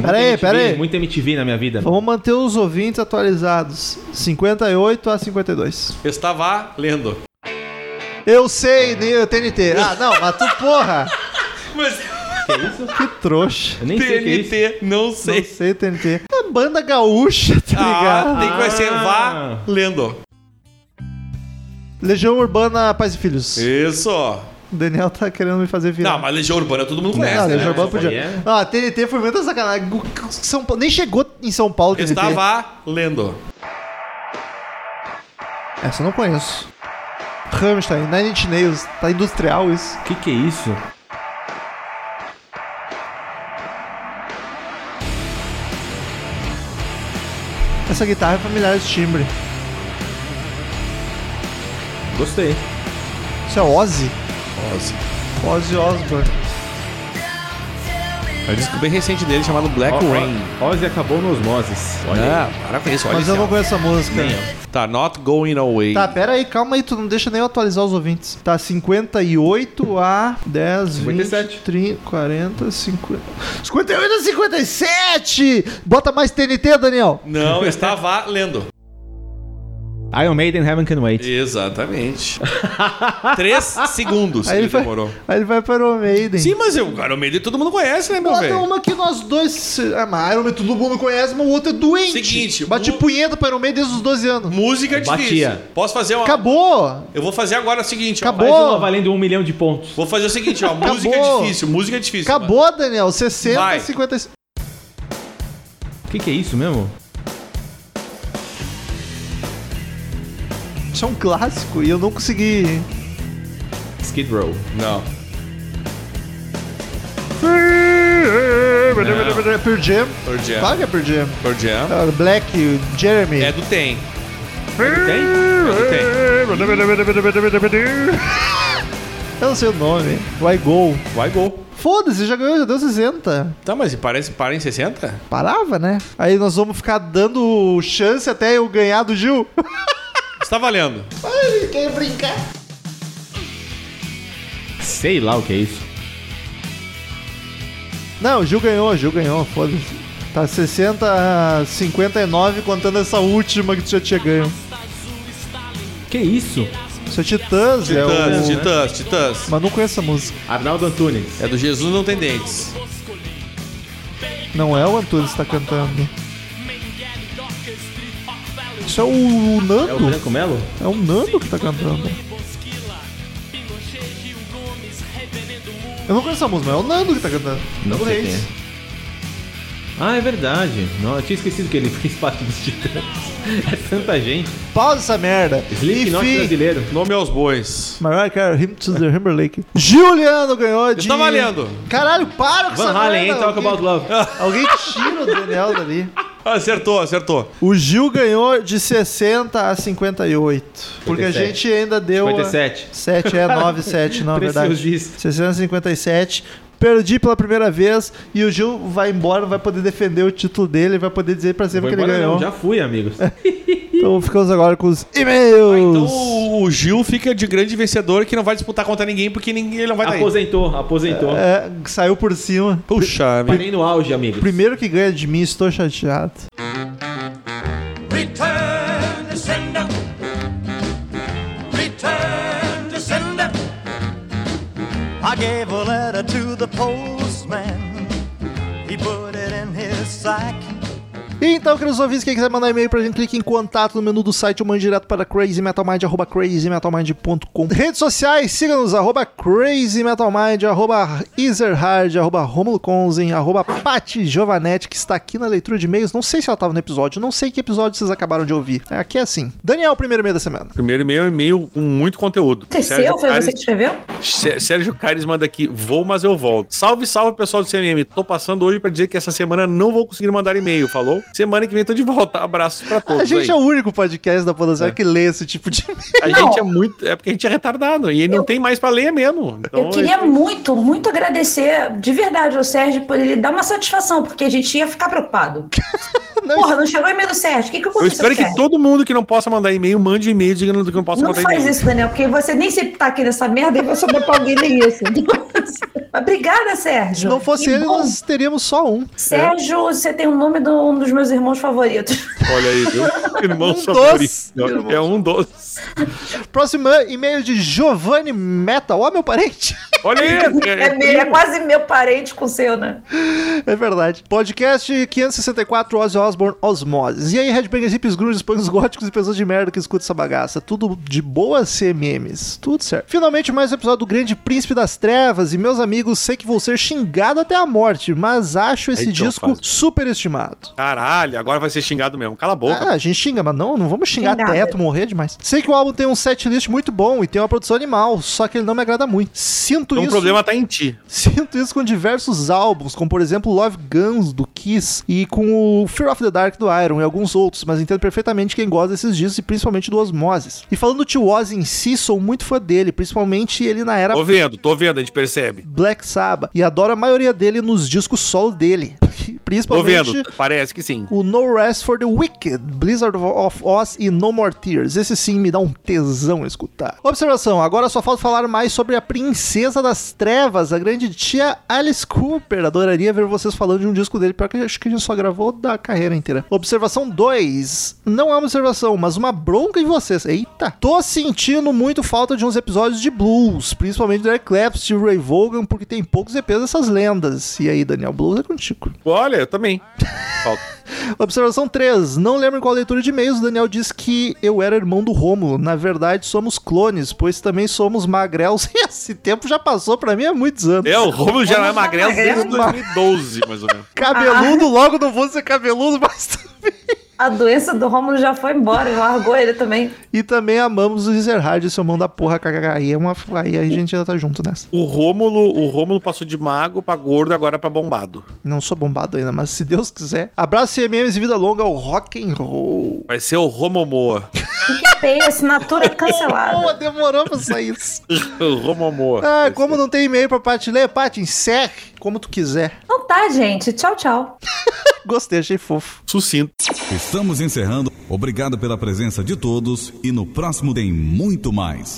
Pera aí, MTV, pera aí. Muito MTV na minha vida. Vamos manter os ouvintes atualizados. 58 a 52. Estava lendo. Eu sei, nem o TNT. Ah, não, mas tu, porra. Mas Que trouxa. Eu nem sei o que é isso. TNT, não Não sei. sei, TNT. É banda gaúcha, tá Ah, ligado? tem que vai ser vá lendo. Legião Urbana Paz e Filhos. Isso. O Daniel tá querendo me fazer virar. Não, mas Legião Urbana todo mundo Não, conhece, né? Legião Urbana Essa podia. aí é- Ah, TNT foi muita sacanagem. São Paulo... Nem chegou em São Paulo, TNT. Estava lendo. Essa eu não conheço. Rammstein, Nine Inch Nails. Tá industrial isso. O que, que é isso? Essa guitarra é familiar de timbre. Gostei. Isso é Ozzy? Nossa. Ozzy Osbourne. É um disco bem recente dele chamado Black Ó, É Rain. ó, Ozzy acabou no Osmosis. Olha Ah, para com isso, olha Mas eu isso. não conheço essa música. Tá, Not Going Away. Tá, pera aí, calma aí, tu não deixa nem eu atualizar os ouvintes. Tá 58 a 10, 20, 57. 30, 40, 50. 58 a 57! Bota mais TNT, Daniel. Não, estava lendo. aí. Iron Maiden Heaven Can Wait. Exatamente. Três segundos Aí ele ele, vai, demorou. aí ele vai para o Maiden. Sim, mas o Iron Maiden todo mundo conhece, né, meu Bota um- velho? uma que nós dois. se- Ah, mas Iron Man todo mundo conhece, mas o outro é doente. Seguinte, Bate mu- punheta para Iron Man desde os 12 anos. Música é Batia. difícil. Posso fazer uma... Acabou! Eu vou fazer agora o seguinte, ó. Acabou. Mais uma valendo um milhão de pontos. Vou fazer o seguinte, ó. Música é Acabou. difícil, música difícil. Acabou, Daniel. 60 a Vai. 55. O que, que é isso mesmo? Isso é um clássico e eu não consegui. Skid Row. Não. Pearl Jam. Pearl Jam. Claro que é Pearl Jam. Pearl Jam. É o Black, o Jeremy. É do Tem. É do Tem? É do Tem. Eu não sei o nome. Why Go. Vai gol. Foda-se, já ganhou, já deu 60. Tá, mas parece para em 60? Parava, né? Aí nós vamos ficar dando chance até eu ganhar do Gil. Está tá valendo. Ele quer brincar. Sei lá o que é isso. Não, o Gil ganhou, o Gil ganhou, foda-se. Tá 60 59 contando essa última que tu já tinha ganho. Que isso? Isso é Titãs, é Titãs, o... titãs, titãs. Mas não conheço essa música. Arnaldo Antunes. É do Jesus não tem dentes. Não é o Antunes que tá cantando. Isso é o É o Nando? Branco Melo? É o Nando que tá cantando. Eu não conheço essa música, mas é o Nando que tá cantando. Não Nando sei Reis. quem é. Ah, é verdade. Não, eu tinha esquecido que ele fez parte dos Titãs. É tanta gente. Pausa essa merda. Slipknot Enfim, brasileiro. Nome aos bois. Mariah Carey, Hymn to the Timberlake. Juliano ganhou de... Está valendo. Caralho, para com essa tá Van Halen, merda. hein? Talk Alguém- About Love. Alguém tira o Daniel dali. Acertou, acertou. O Gil ganhou de 60 a 58. Porque a 57. gente ainda deu. 57. 7 é 9, 7, não, é verdade. Preciosista. 60 a 57. Perdi pela primeira vez e o Gil vai embora, não vai poder defender o título dele, vai poder dizer pra sempre Vou que ele embora, não, ganhou. Já fui, amigos. Então ficamos agora com os Ah, então e-mails. o o Gil fica de grande vencedor que não vai disputar contra ninguém porque ninguém, ele não vai estar aí. Aposentou, aposentou. É, saiu por cima. Puxa, vida. Parei no auge, amigos. Primeiro que ganha de mim, estou chateado. Return to sender. Return to sender. I gave a letter to the postman. He put it in his sack. Então, queridos ouvintes, quem quiser mandar e-mail pra gente, clique em contato no menu do site ou mande direto para crazymetalmind, arroba crazymetalmind.com. Redes sociais, siga-nos, arroba crazymetalmind, arroba easerhard, arroba romuloconzen, arroba Pati Giovanetti, que está aqui na leitura de e-mails. Não sei se ela estava no episódio, não sei que episódio vocês acabaram de ouvir. É, Aqui é assim. Daniel, primeiro e-mail da semana. Primeiro e-mail é e-mail com muito conteúdo. Aconteceu? Foi você que escreveu? Sé- Sérgio Caires manda aqui, vou, mas eu volto. Salve, salve, pessoal do CMM. Tô passando hoje pra dizer que essa semana não vou conseguir mandar e-mail, falou? Semana que vem tô de volta. Abraços pra todos. A gente é aí. o único podcast da Podosfera que lê esse tipo de e-mail. A gente é muito. É porque a gente é retardado. E não tem mais pra ler mesmo. Então, eu queria muito, muito agradecer de verdade ao Sérgio por ele dar uma satisfação, porque a gente ia ficar preocupado. Porra, não chegou o e-mail do Sérgio. O que, que eu aconteceu? espero que Sérgio? todo mundo que não possa mandar e-mail mande um e-mail dizendo que não possa Não mandar faz e-mail. isso, Daniel, porque você nem sempre tá aqui nessa merda e você dá pra alguém ler isso. Obrigada, Se Sérgio. não fosse é. Que ele, bom. nós teríamos só um. Sérgio, você tem o nome de um dos meus irmãos favoritos. Olha aí, viu? Irmão Um favorito. doce. É um doce. Próximo e-mail de Giovanni Meta. Ó, meu parente. Olha aí. É, meu, é quase meu parente com o seu, né? É verdade. Podcast 564 Ozzy Osbourne Osmoses. E aí, Redbangers, Hips, Grunges, Punks Góticos e pessoas de merda que escutam essa bagaça. Tudo de boa CMMs. Tudo certo. Finalmente, mais um episódio do Grande Príncipe das Trevas. E, meus amigos, sei que vou ser xingado até a morte, mas acho esse Aí, John, disco faz. superestimado. Caralho, agora vai ser xingado mesmo. Cala a boca. Ah, a gente xinga, mas não, não vamos xingar Xingar, teto, morrer demais. Sei que o álbum tem um setlist muito bom e tem uma produção animal, só que ele não me agrada muito. Sinto então o isso. problema tá em ti. Sinto isso com diversos álbuns, como por exemplo Love Guns do Kiss e com o Fear of the Dark do Iron e alguns outros, mas entendo perfeitamente quem gosta desses discos e principalmente do Osmosis. E falando do Tio Ozzy em si, sou muito fã dele, principalmente ele na era Tô vendo, tô vendo, a gente percebe. Black Sabbath e adoro a maioria dele nos discos solo dele, Tô principalmente vendo, parece que sim. o No Rest for the Wicked, Blizzard of Oz e No More Tears. Esse sim me dá um tesão escutar. Observação: agora só falta falar mais sobre a Princesa das Trevas, a grande tia Alice Cooper. Adoraria ver vocês falando de um disco dele, pior que acho que a gente só gravou da carreira inteira. Observação 2. Não é uma observação, mas uma bronca de vocês. Eita! Tô sentindo muito falta de uns episódios de blues, principalmente do Eric Clapton, Steve Ray Vaughan, porque tem poucos EPs dessas lendas. E aí, Daniel, blues é contigo. Olha, eu também. Falta. Observação 3. Não lembro em qual leitura de e-mails o Daniel diz que eu era irmão do Rômulo. Na verdade, somos clones, pois também somos magrelos. E esse tempo já passou pra mim há muitos anos. É, o Romulo já é Romulo magrelo Magrelo. desde 2012, mais ou menos. Cabeludo, logo não vou ser cabeludo, mas também. A doença do Rômulo já foi embora, largou ele também. E também amamos o Ezerhard, seu mão da porra, kkk. Aí, é uma... aí a gente ainda tá junto nessa. O Rômulo, o Rômulo passou de mago pra gordo, agora pra bombado. Não sou bombado ainda, mas se Deus quiser. Abraço MMs e vida longa ao rock and roll. Vai ser o Romomoa. Tem assinatura é cancelada. demorou pra sair isso. o Romomoa. Ah, como não tem e-mail pra Paty ler, Paty, encerre como tu quiser. Então tá, gente. Tchau, tchau. Gostei, achei fofo. Sucinto. Estamos encerrando. Obrigado pela presença de todos e no próximo tem muito mais.